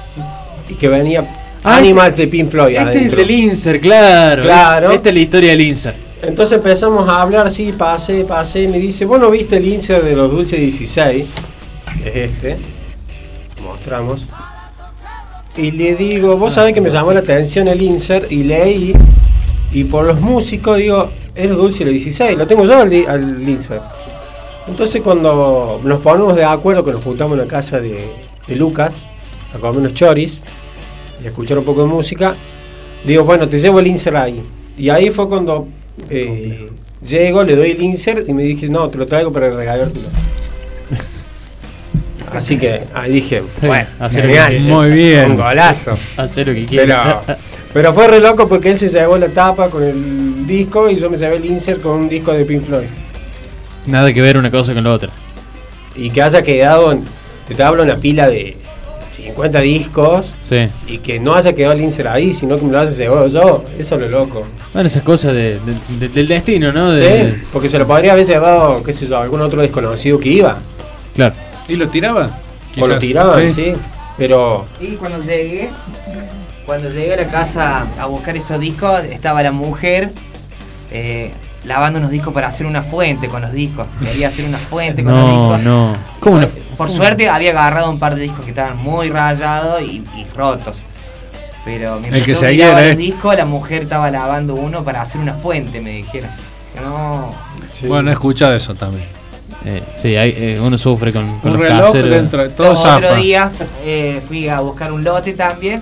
Speaker 4: y que venía
Speaker 2: Ah,
Speaker 4: Animals de Pink Floyd.
Speaker 2: Este es
Speaker 4: adentro.
Speaker 2: del Inser, claro.
Speaker 4: Claro.
Speaker 2: Esta es la historia del Inser.
Speaker 4: Entonces empezamos a hablar, sí, pasé, pasé, y me dice, vos no viste el insert de los dulces 16, que es este, mostramos. Y le digo, vos sabés que me llamó la atención el insert y leí Y por los músicos, digo, es Dulce lo 16, lo tengo yo al, li- al Lince. Entonces cuando nos ponemos de acuerdo, que nos juntamos en la casa de, de Lucas, a comer unos choris y a escuchar un poco de música, digo, bueno, te llevo el Inser ahí. Y ahí fue cuando eh, llego, le doy el Inser y me dije, no, te lo traigo para regalártelo. Así que ahí dije, bueno,
Speaker 2: hacer
Speaker 4: genial,
Speaker 2: bien.
Speaker 3: Muy bien.
Speaker 4: un golazo.
Speaker 2: Hacer lo que
Speaker 4: Pero,
Speaker 2: quiera.
Speaker 4: pero fue re loco porque él se llevó la tapa con el disco y yo me llevé el insert con un disco de Pink Floyd.
Speaker 2: Nada que ver una cosa con la otra.
Speaker 4: Y que haya quedado, en- te hablo una pila de 50 discos
Speaker 2: Sí.
Speaker 4: y que no haya quedado el insert ahí, sino que me lo haya llevado yo. Eso es lo loco.
Speaker 2: Bueno, Ah, esas cosas de- de- de- del destino, ¿no? De,
Speaker 4: ¿Sí? Porque se lo podría haber llevado, qué sé yo, algún otro desconocido que iba.
Speaker 2: Claro.
Speaker 3: ¿Y lo tiraba?
Speaker 4: O lo
Speaker 3: Quizás.
Speaker 4: tiraban,
Speaker 3: Sí.
Speaker 4: sí. Pero
Speaker 5: Y cuando llegué, cuando llegué a la casa a buscar esos discos, estaba la mujer eh, lavando unos discos para hacer una fuente con los discos. Quería hacer una fuente Este con
Speaker 2: No,
Speaker 5: los discos.
Speaker 2: no. ¿Cómo una-
Speaker 5: Por suerte había agarrado un par de discos que estaban muy rayados y, y rotos. Pero mientras
Speaker 3: El que
Speaker 5: yo
Speaker 3: seguía
Speaker 5: miraba
Speaker 3: era
Speaker 5: los
Speaker 3: este.
Speaker 5: discos, la mujer estaba lavando uno para hacer una fuente, me dijeron. No,
Speaker 4: sí.
Speaker 3: Bueno, he escuchado eso también.
Speaker 2: Eh, sí, hay, eh, uno sufre con, con
Speaker 3: Un
Speaker 2: los
Speaker 3: reloj
Speaker 2: placeres.
Speaker 3: dentro de todo
Speaker 5: Los otro
Speaker 3: zafa.
Speaker 5: día eh, fui a buscar un lote también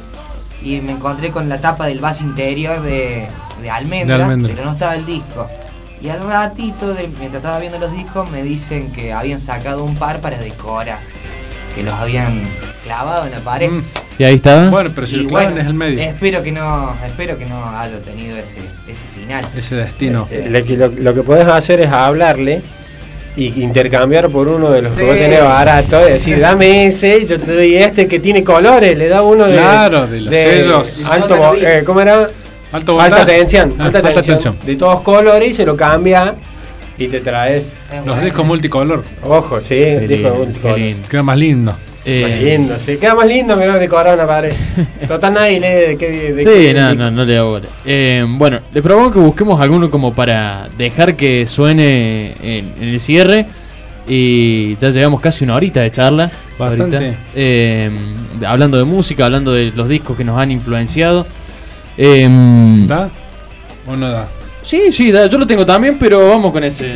Speaker 5: y me encontré con la tapa del vaso interior de, de almendra,
Speaker 3: De almendra.
Speaker 5: pero no estaba el disco. Y al ratito, de- mientras estaba viendo los discos, me dicen que habían sacado un par para decorar, que los habían clavado en la pared.
Speaker 3: Mm.
Speaker 2: Y ahí estaba.
Speaker 3: Bueno, pero si
Speaker 5: Y
Speaker 3: lo clavan
Speaker 5: bueno,
Speaker 3: es el medio.
Speaker 5: Espero que no, espero que no haya tenido ese, ese final.
Speaker 3: Ese destino.
Speaker 4: Lo que, lo- lo que puedes hacer es hablarle y intercambiar por uno de los que
Speaker 5: Sí.
Speaker 4: vos tenés barato. y Decir, dame ese, yo te doy este que tiene colores. Le da uno de.
Speaker 3: Claro, de los sellos.
Speaker 4: Alto, vo- eh, ¿Cómo era?
Speaker 3: Alto
Speaker 4: alta
Speaker 3: voltaje.
Speaker 4: tensión.
Speaker 3: Ah,
Speaker 4: alta tensión, De todos colores y se lo cambia y te traes.
Speaker 5: Es
Speaker 3: Los
Speaker 5: bueno.
Speaker 3: discos multicolor.
Speaker 4: Ojo, sí,
Speaker 2: Qué
Speaker 4: dijo
Speaker 2: lindo,
Speaker 4: un
Speaker 2: qué
Speaker 4: color.
Speaker 2: lindo.
Speaker 3: Queda más lindo.
Speaker 2: Eh,
Speaker 4: Más lindo, sí. Queda más lindo que no decorar una pared. Total nadie lee de qué. de- de
Speaker 2: Sí,
Speaker 4: qué-
Speaker 2: no, no, no le hago bola. Eh, bueno, le propongo que busquemos alguno como para dejar que suene en, en el cierre. Y ya llevamos casi una horita de charla.
Speaker 3: Bastante.
Speaker 2: ahorita. Eh, hablando de música, hablando de los discos que nos han influenciado. Eh,
Speaker 3: ¿Da o no da?
Speaker 2: sí, sí, da- yo lo tengo también, pero vamos con ese.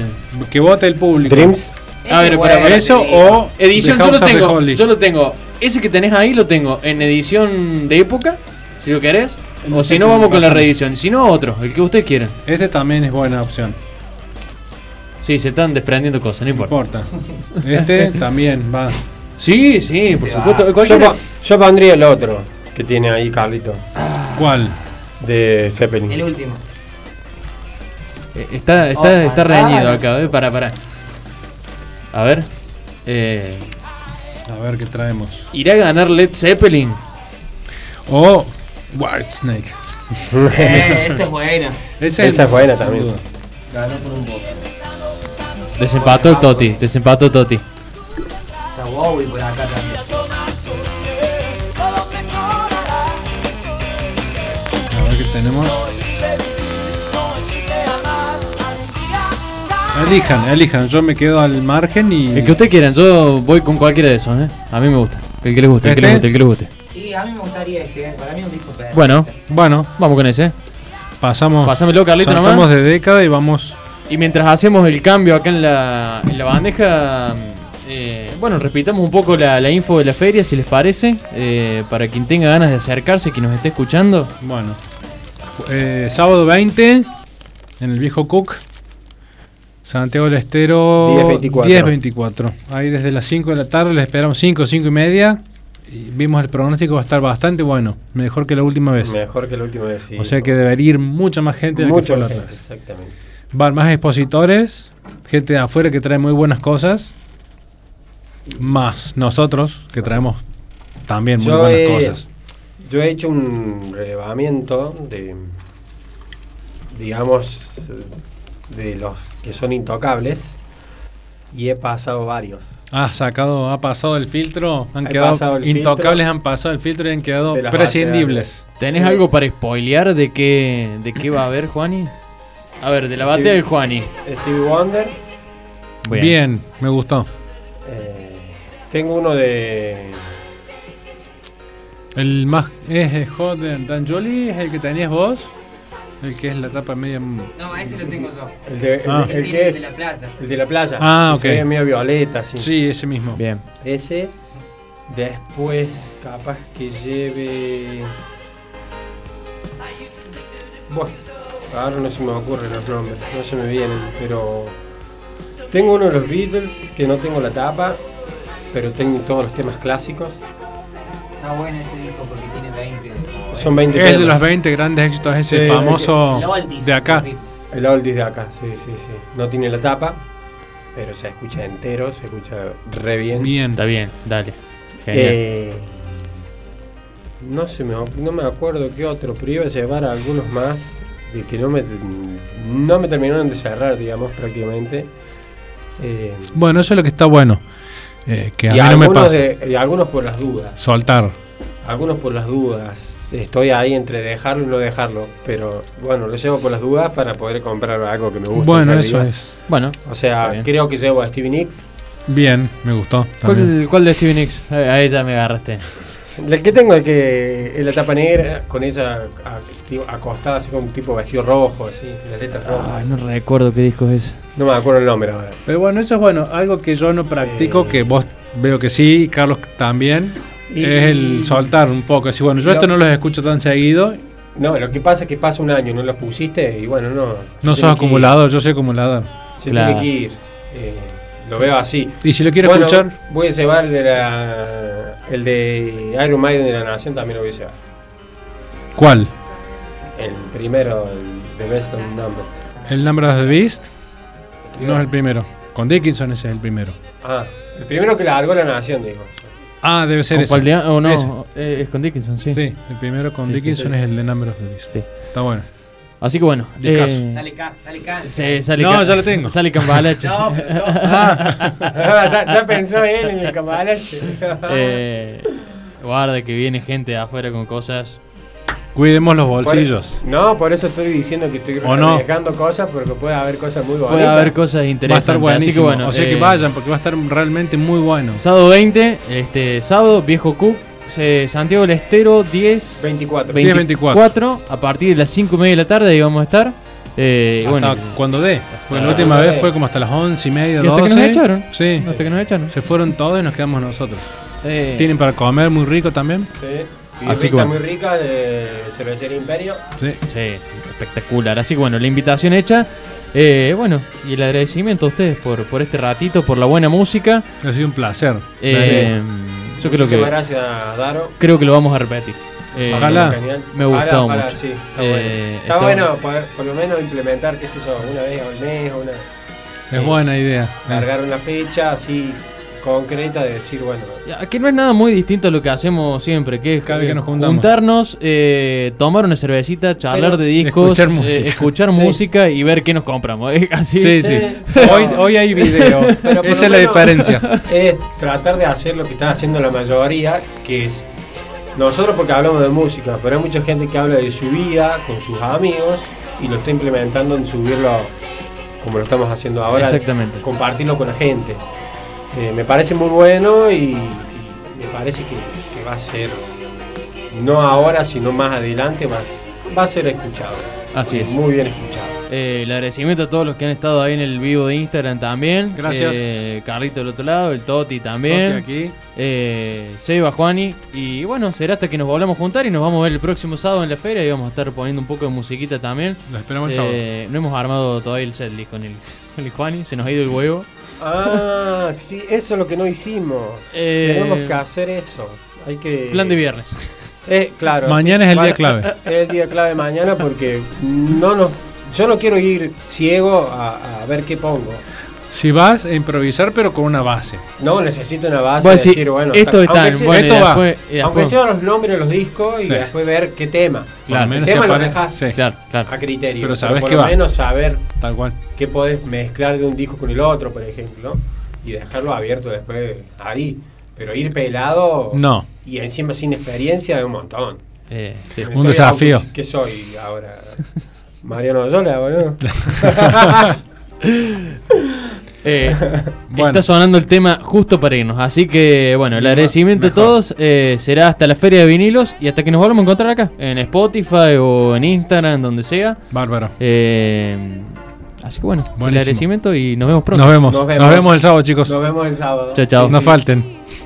Speaker 3: Que vote el público.
Speaker 4: Dreams.
Speaker 5: Ese
Speaker 2: A ver,
Speaker 5: bueno,
Speaker 2: espera,
Speaker 3: Eso
Speaker 5: sí.
Speaker 3: o
Speaker 2: Edición,
Speaker 3: The
Speaker 2: yo lo
Speaker 3: Oh, House of the
Speaker 2: tengo.
Speaker 3: Holy.
Speaker 2: Yo lo tengo. Ese que tenés ahí lo tengo en edición de época, si lo querés. O si no, vamos con la reedición. Si no, otro, el que ustedes quieran.
Speaker 3: Este también es buena opción.
Speaker 2: Sí, se están desprendiendo cosas, no
Speaker 3: No
Speaker 2: importa.
Speaker 3: importa. Este también va.
Speaker 2: Sí, sí, por
Speaker 5: Se
Speaker 2: supuesto.
Speaker 5: va.
Speaker 4: Yo,
Speaker 2: cualquiera-
Speaker 4: pon- yo pondría el otro que tiene ahí Carlito.
Speaker 3: ¿Cuál?
Speaker 4: De Zeppelin.
Speaker 5: El
Speaker 4: [LAUGHS]
Speaker 5: último.
Speaker 2: Eh, Está, está,
Speaker 5: Ojalá.
Speaker 2: está reñido acá, eh. Para, para. A ver. eh,
Speaker 3: A ver qué traemos.
Speaker 2: ¿Irá a ganar Led Zeppelin?
Speaker 3: O Oh, White Snake.
Speaker 5: Eh, ese es bueno.
Speaker 4: Esa es buena también.
Speaker 5: Ganó por un voto.
Speaker 2: Desempató Toti, desempató Toti.
Speaker 5: Está Bowie por acá también.
Speaker 3: A ver qué tenemos. Elijan, elijan. Yo me quedo al margen y.
Speaker 2: El que ustedes quieran, yo voy con cualquiera de esos, eh. A mí me gusta. El que les guste, el que les guste,
Speaker 3: ¿Este?
Speaker 2: el que les guste.
Speaker 5: Y a mí me gustaría este, eh, para mí es un disco perfecto.
Speaker 2: Bueno,
Speaker 3: Bueno,
Speaker 2: vamos con ese.
Speaker 3: pasamos.
Speaker 2: Pásamelo, Carlito,
Speaker 3: saltamos
Speaker 2: nomás.
Speaker 3: de década y vamos.
Speaker 2: Y mientras hacemos el cambio acá en la, en la bandeja, eh, bueno, repitamos un poco la, la info de la feria, si les parece, eh, para quien tenga ganas de acercarse, quien nos esté escuchando.
Speaker 3: Bueno. Eh, sábado 20 en el viejo Cook. Santiago del Estero
Speaker 4: 10:24.
Speaker 3: 10.24. Ahí desde las 5 de la tarde les esperamos 5, 5 y media. Y vimos el pronóstico, va a estar bastante bueno. Mejor que la última vez.
Speaker 4: Mejor que la última vez. sí.
Speaker 3: Pues, O sea que debería ir mucha más gente de la que
Speaker 4: Mucho
Speaker 3: fue la
Speaker 4: mejor,
Speaker 3: otra vez.
Speaker 4: Exactamente.
Speaker 3: Van más expositores, gente de afuera que trae muy buenas cosas. Más nosotros que traemos también muy
Speaker 4: Yo,
Speaker 3: buenas
Speaker 4: eh,
Speaker 3: cosas.
Speaker 4: Yo he hecho un relevamiento de, digamos, de los que son intocables y he pasado varios.
Speaker 3: Ha sacado, ha pasado el filtro, han
Speaker 4: Ha pasado
Speaker 3: quedado
Speaker 4: el
Speaker 3: intocables,
Speaker 4: filtro.
Speaker 3: han pasado el filtro y han quedado
Speaker 4: Te las
Speaker 3: prescindibles.
Speaker 2: ¿Tenés algo para spoilear de qué, de qué va a haber, Juani? A ver, de la batea de Juani.
Speaker 4: Stevie Wonder.
Speaker 3: Bien. me gustó.
Speaker 4: eh, tengo uno de.
Speaker 3: El más es eh, Hot and Dan Jolie, es el que tenías vos. El que es la tapa media.
Speaker 5: No, ese lo tengo yo.
Speaker 4: El de, el-
Speaker 3: Ah.
Speaker 4: el
Speaker 5: El,
Speaker 4: que
Speaker 5: tiene
Speaker 4: es-
Speaker 5: el de la playa.
Speaker 4: el de la playa.
Speaker 3: Ah,
Speaker 4: que
Speaker 3: ok.
Speaker 4: Se ve medio violeta, sí.
Speaker 3: Sí, ese mismo.
Speaker 2: Bien.
Speaker 4: Ese. Después, capaz que lleve. Bueno, ahora no se me ocurren los nombres, no se me vienen, pero. Tengo uno de los Beatles que no tengo la tapa, pero tengo todos los temas clásicos.
Speaker 5: Está bueno ese disco porque tiene 20. como, eh,
Speaker 4: Son 20
Speaker 3: Es de
Speaker 4: temas.
Speaker 3: los 20 grandes éxitos,
Speaker 4: Sí,
Speaker 3: ese
Speaker 4: el que-
Speaker 3: famoso
Speaker 5: el oldies,
Speaker 3: de acá.
Speaker 5: papi.
Speaker 4: El oldies de acá, sí, sí, sí. No tiene la tapa, pero se escucha entero, se escucha re bien.
Speaker 3: Bien.
Speaker 2: Está bien, dale. Genial.
Speaker 4: Eh, no, se me, no me acuerdo qué otro, pero iba a llevar a algunos más de que no me, no me terminaron de cerrar, digamos, prácticamente. Eh,
Speaker 3: Bueno, eso es lo que está bueno. eh, que a
Speaker 4: y,
Speaker 3: mí no me
Speaker 4: algunos
Speaker 3: pasa.
Speaker 4: de- y algunos por las dudas.
Speaker 3: Soltar.
Speaker 4: Algunos por las dudas. Estoy ahí entre dejarlo y no dejarlo. Pero bueno, lo llevo por las dudas para poder comprar algo que me guste.
Speaker 3: Bueno,
Speaker 4: en
Speaker 3: eso
Speaker 4: realidad.
Speaker 3: es.
Speaker 2: Bueno,
Speaker 4: O
Speaker 2: Está
Speaker 4: sea,
Speaker 2: bien.
Speaker 4: creo que llevo a Stevie Nicks.
Speaker 3: Bien, me gustó. también.
Speaker 2: ¿cuál, cuál de Steven Nicks? Eh, A ella me agarraste.
Speaker 4: El que tengo es que es la tapa negra, con ella acti- acostada, así con un tipo vestido rojo, así, la letra roja.
Speaker 2: Ay, no recuerdo qué disco es ese.
Speaker 4: No me acuerdo el nombre ahora.
Speaker 3: Pero bueno, eso es bueno. Algo que yo no practico,
Speaker 4: Eh.
Speaker 3: que vos veo que sí, y Carlos también,
Speaker 4: Y-
Speaker 3: es el soltar un poco. Así, bueno, yo
Speaker 4: No.
Speaker 3: esto no los escucho tan seguido.
Speaker 4: No, lo que pasa es que pasa un año y no los pusiste y bueno, no. se
Speaker 3: No
Speaker 4: tiene que ir,
Speaker 3: sos acumulador, yo soy acumulador.
Speaker 4: Se
Speaker 2: Claro.
Speaker 4: tiene que ir. Eh, lo veo así.
Speaker 3: Y si lo quiero
Speaker 4: Bueno,
Speaker 3: escuchar,
Speaker 4: Voy a llevar el de, la, el de Iron Maiden de la Nación, también lo voy a llevar.
Speaker 3: ¿cuál?
Speaker 4: El primero, el de Best of Number.
Speaker 3: ¿El Number of the Beast? No es el primero. Con Dickinson ese es el primero.
Speaker 4: Ah, el primero que largó la Nación, digo. [LAUGHS]
Speaker 3: Ah, debe ser
Speaker 2: ¿Con
Speaker 3: ese.
Speaker 2: cuál de- oh,
Speaker 3: Ese.
Speaker 2: no, eh, es con Dickinson, sí.
Speaker 3: Sí. el primero con
Speaker 2: Sí, sí,
Speaker 3: Dickinson
Speaker 2: sí.
Speaker 3: es el de Number of the Beast.
Speaker 2: Sí.
Speaker 3: Está bueno.
Speaker 2: Así que bueno. eh,
Speaker 3: Discazo.
Speaker 5: Sale ca, sale ca.
Speaker 2: se- sale
Speaker 3: No,
Speaker 2: ca-
Speaker 3: ya lo tengo.
Speaker 2: Sale
Speaker 3: [LAUGHS]
Speaker 2: Cambalache.
Speaker 5: No,
Speaker 2: [LAUGHS]
Speaker 5: pero no.
Speaker 4: ya, ya pensó él en el camarote.
Speaker 2: Eh, guarda que viene gente de afuera con cosas.
Speaker 3: Cuidemos los
Speaker 4: Por-
Speaker 3: bolsillos.
Speaker 4: No, por eso estoy diciendo que estoy
Speaker 3: ¿O no?
Speaker 4: arriesgando cosas porque puede haber cosas muy bonitas.
Speaker 2: Puede haber cosas
Speaker 3: Va a estar
Speaker 2: interesantes.
Speaker 3: buenísimo.
Speaker 2: así que bueno.
Speaker 3: o sea que
Speaker 2: eh,
Speaker 3: vayan, porque va a estar realmente muy bueno.
Speaker 2: Sábado 20, este sábado, Viejo Cook, eh, Santiago del Estero, 10,
Speaker 4: 24.
Speaker 3: 20. 24.
Speaker 2: 24, a partir de las 5 y media de la tarde ahí vamos a estar. Eh, y
Speaker 3: Hasta
Speaker 2: bueno,
Speaker 3: cuando dé. Porque
Speaker 2: Ah,
Speaker 3: la última vez
Speaker 4: ok.
Speaker 3: fue como hasta las 11 y media,
Speaker 2: Y hasta
Speaker 3: 12.
Speaker 2: que nos echaron.
Speaker 3: Sí.
Speaker 2: hasta que nos echaron.
Speaker 3: Se fueron todos y nos quedamos nosotros.
Speaker 2: Eh,
Speaker 3: Tienen para comer muy rico también.
Speaker 4: Sí.
Speaker 2: Así
Speaker 4: Así
Speaker 2: que bueno.
Speaker 4: muy rica de cervecería Imperio.
Speaker 3: Sí.
Speaker 2: sí, espectacular. Así que bueno, la invitación hecha. Eh, bueno, y el agradecimiento a ustedes por, por este ratito, por la buena música.
Speaker 3: Ha sido un placer.
Speaker 2: Eh, yo creo
Speaker 4: Muchísimas
Speaker 2: que,
Speaker 4: gracias, Daro.
Speaker 2: creo que lo vamos a repetir. Eh,
Speaker 3: Ojalá.
Speaker 4: Genial.
Speaker 2: me ha gustado
Speaker 4: Ojalá,
Speaker 2: mucho.
Speaker 4: sí, está
Speaker 2: Eh,
Speaker 4: bueno. Está
Speaker 2: está
Speaker 4: bueno poder, por lo menos implementar, qué sé yo, una vez al mes,
Speaker 2: Eh.
Speaker 4: una,
Speaker 3: Es buena idea.
Speaker 4: largar una fecha así concreta de decir, bueno,
Speaker 2: Ya, Que no es nada muy distinto a lo que hacemos siempre, que es eh,
Speaker 3: Cada vez que nos juntamos.
Speaker 2: juntarnos, eh, tomar una cervecita, charlar
Speaker 4: Pero-
Speaker 2: de discos,
Speaker 3: Escuchar
Speaker 2: eh,
Speaker 3: música.
Speaker 2: escuchar
Speaker 4: [LAUGHS] Sí.
Speaker 2: música y ver qué nos compramos. eh, [LAUGHS] Así
Speaker 3: Sí,
Speaker 2: es.
Speaker 3: sí.
Speaker 4: pero-
Speaker 3: Hoy, hoy hay video.
Speaker 4: Pero
Speaker 3: Esa
Speaker 4: por lo
Speaker 3: es la
Speaker 4: menos-
Speaker 3: diferencia.
Speaker 4: es tratar de hacer lo que están haciendo la mayoría, que es nosotros porque hablamos de música, pero hay mucha gente que habla de su vida con sus amigos y lo está implementando en subirlo como lo estamos haciendo ahora,
Speaker 2: Exactamente.
Speaker 4: compartirlo con la gente. Eh, me parece muy bueno y, y me parece que, que va a ser, no ahora, sino más adelante, va, va a ser escuchado. Eh,
Speaker 2: Así es.
Speaker 4: Muy bien escuchado.
Speaker 2: Eh, el agradecimiento a todos los que han estado ahí en el vivo de Instagram también.
Speaker 3: Gracias.
Speaker 2: Eh, Carlito del otro lado, el Toti también.
Speaker 3: Toque aquí.
Speaker 2: Eh, Seba, Juani. Y bueno, será hasta que nos volvamos a juntar y nos vamos a ver el próximo sábado en la feria y vamos a estar poniendo un poco de musiquita también.
Speaker 3: Lo esperamos el sábado.
Speaker 2: Eh, no hemos armado todavía el setlist con el, [LAUGHS] con el Juani, se nos ha ido el huevo.
Speaker 4: Ah, sí, eso es lo que no hicimos.
Speaker 2: Eh,
Speaker 4: Tenemos que hacer eso. Hay que
Speaker 2: Plan de viernes.
Speaker 4: Eh, claro.
Speaker 3: Mañana es el
Speaker 4: Va-
Speaker 3: día clave.
Speaker 4: [LAUGHS] Es el día clave mañana porque no nos, yo no quiero ir ciego a, a ver qué pongo.
Speaker 3: Si vas a improvisar, pero con una base.
Speaker 4: No, necesito una base.
Speaker 2: Vos
Speaker 4: de
Speaker 2: decís,
Speaker 4: decir, bueno,
Speaker 2: esto
Speaker 4: ta-
Speaker 2: está
Speaker 4: aunque
Speaker 2: en
Speaker 4: sea-
Speaker 2: bueno, y
Speaker 3: esto va.
Speaker 2: después- y después-
Speaker 4: Aunque sean los nombres de los discos y
Speaker 3: Sí.
Speaker 4: después ver qué tema.
Speaker 3: Por lo
Speaker 2: Claro,
Speaker 3: menos
Speaker 4: el
Speaker 3: se
Speaker 4: tema lo
Speaker 3: apare-
Speaker 4: dejás.
Speaker 3: Sí,
Speaker 2: Claro, claro.
Speaker 4: A criterio.
Speaker 3: Pero sabés
Speaker 4: por
Speaker 3: que
Speaker 4: lo
Speaker 3: va.
Speaker 4: menos saber
Speaker 3: tal cual.
Speaker 4: qué podés mezclar de un disco con el otro, por ejemplo. Y dejarlo abierto después ahí. Pero ir pelado
Speaker 2: Oh.
Speaker 3: No.
Speaker 4: y encima sin experiencia es un montón.
Speaker 2: Eh,
Speaker 3: [LAUGHS]
Speaker 2: sí.
Speaker 4: Me
Speaker 3: Un
Speaker 4: estoy
Speaker 3: desafío.
Speaker 4: auto- ¿Qué soy ahora? Mariano Yola, boludo.
Speaker 2: Eh,
Speaker 3: Bueno.
Speaker 2: Está sonando el tema justo para irnos. Así que, bueno, el
Speaker 3: Mejor,
Speaker 2: agradecimiento
Speaker 3: mejor.
Speaker 2: a todos eh, será hasta la Feria de Vinilos y hasta que nos volvamos a encontrar acá, en Spotify o en Instagram, donde sea.
Speaker 3: Bárbaro.
Speaker 2: Eh, así que, bueno, el
Speaker 3: Buenísimo.
Speaker 2: agradecimiento y nos vemos pronto.
Speaker 3: Nos vemos. Nos vemos el sábado, chicos.
Speaker 4: Nos vemos el sábado.
Speaker 2: Chao, chao.
Speaker 4: Sí,
Speaker 3: No
Speaker 4: sí.
Speaker 3: falten.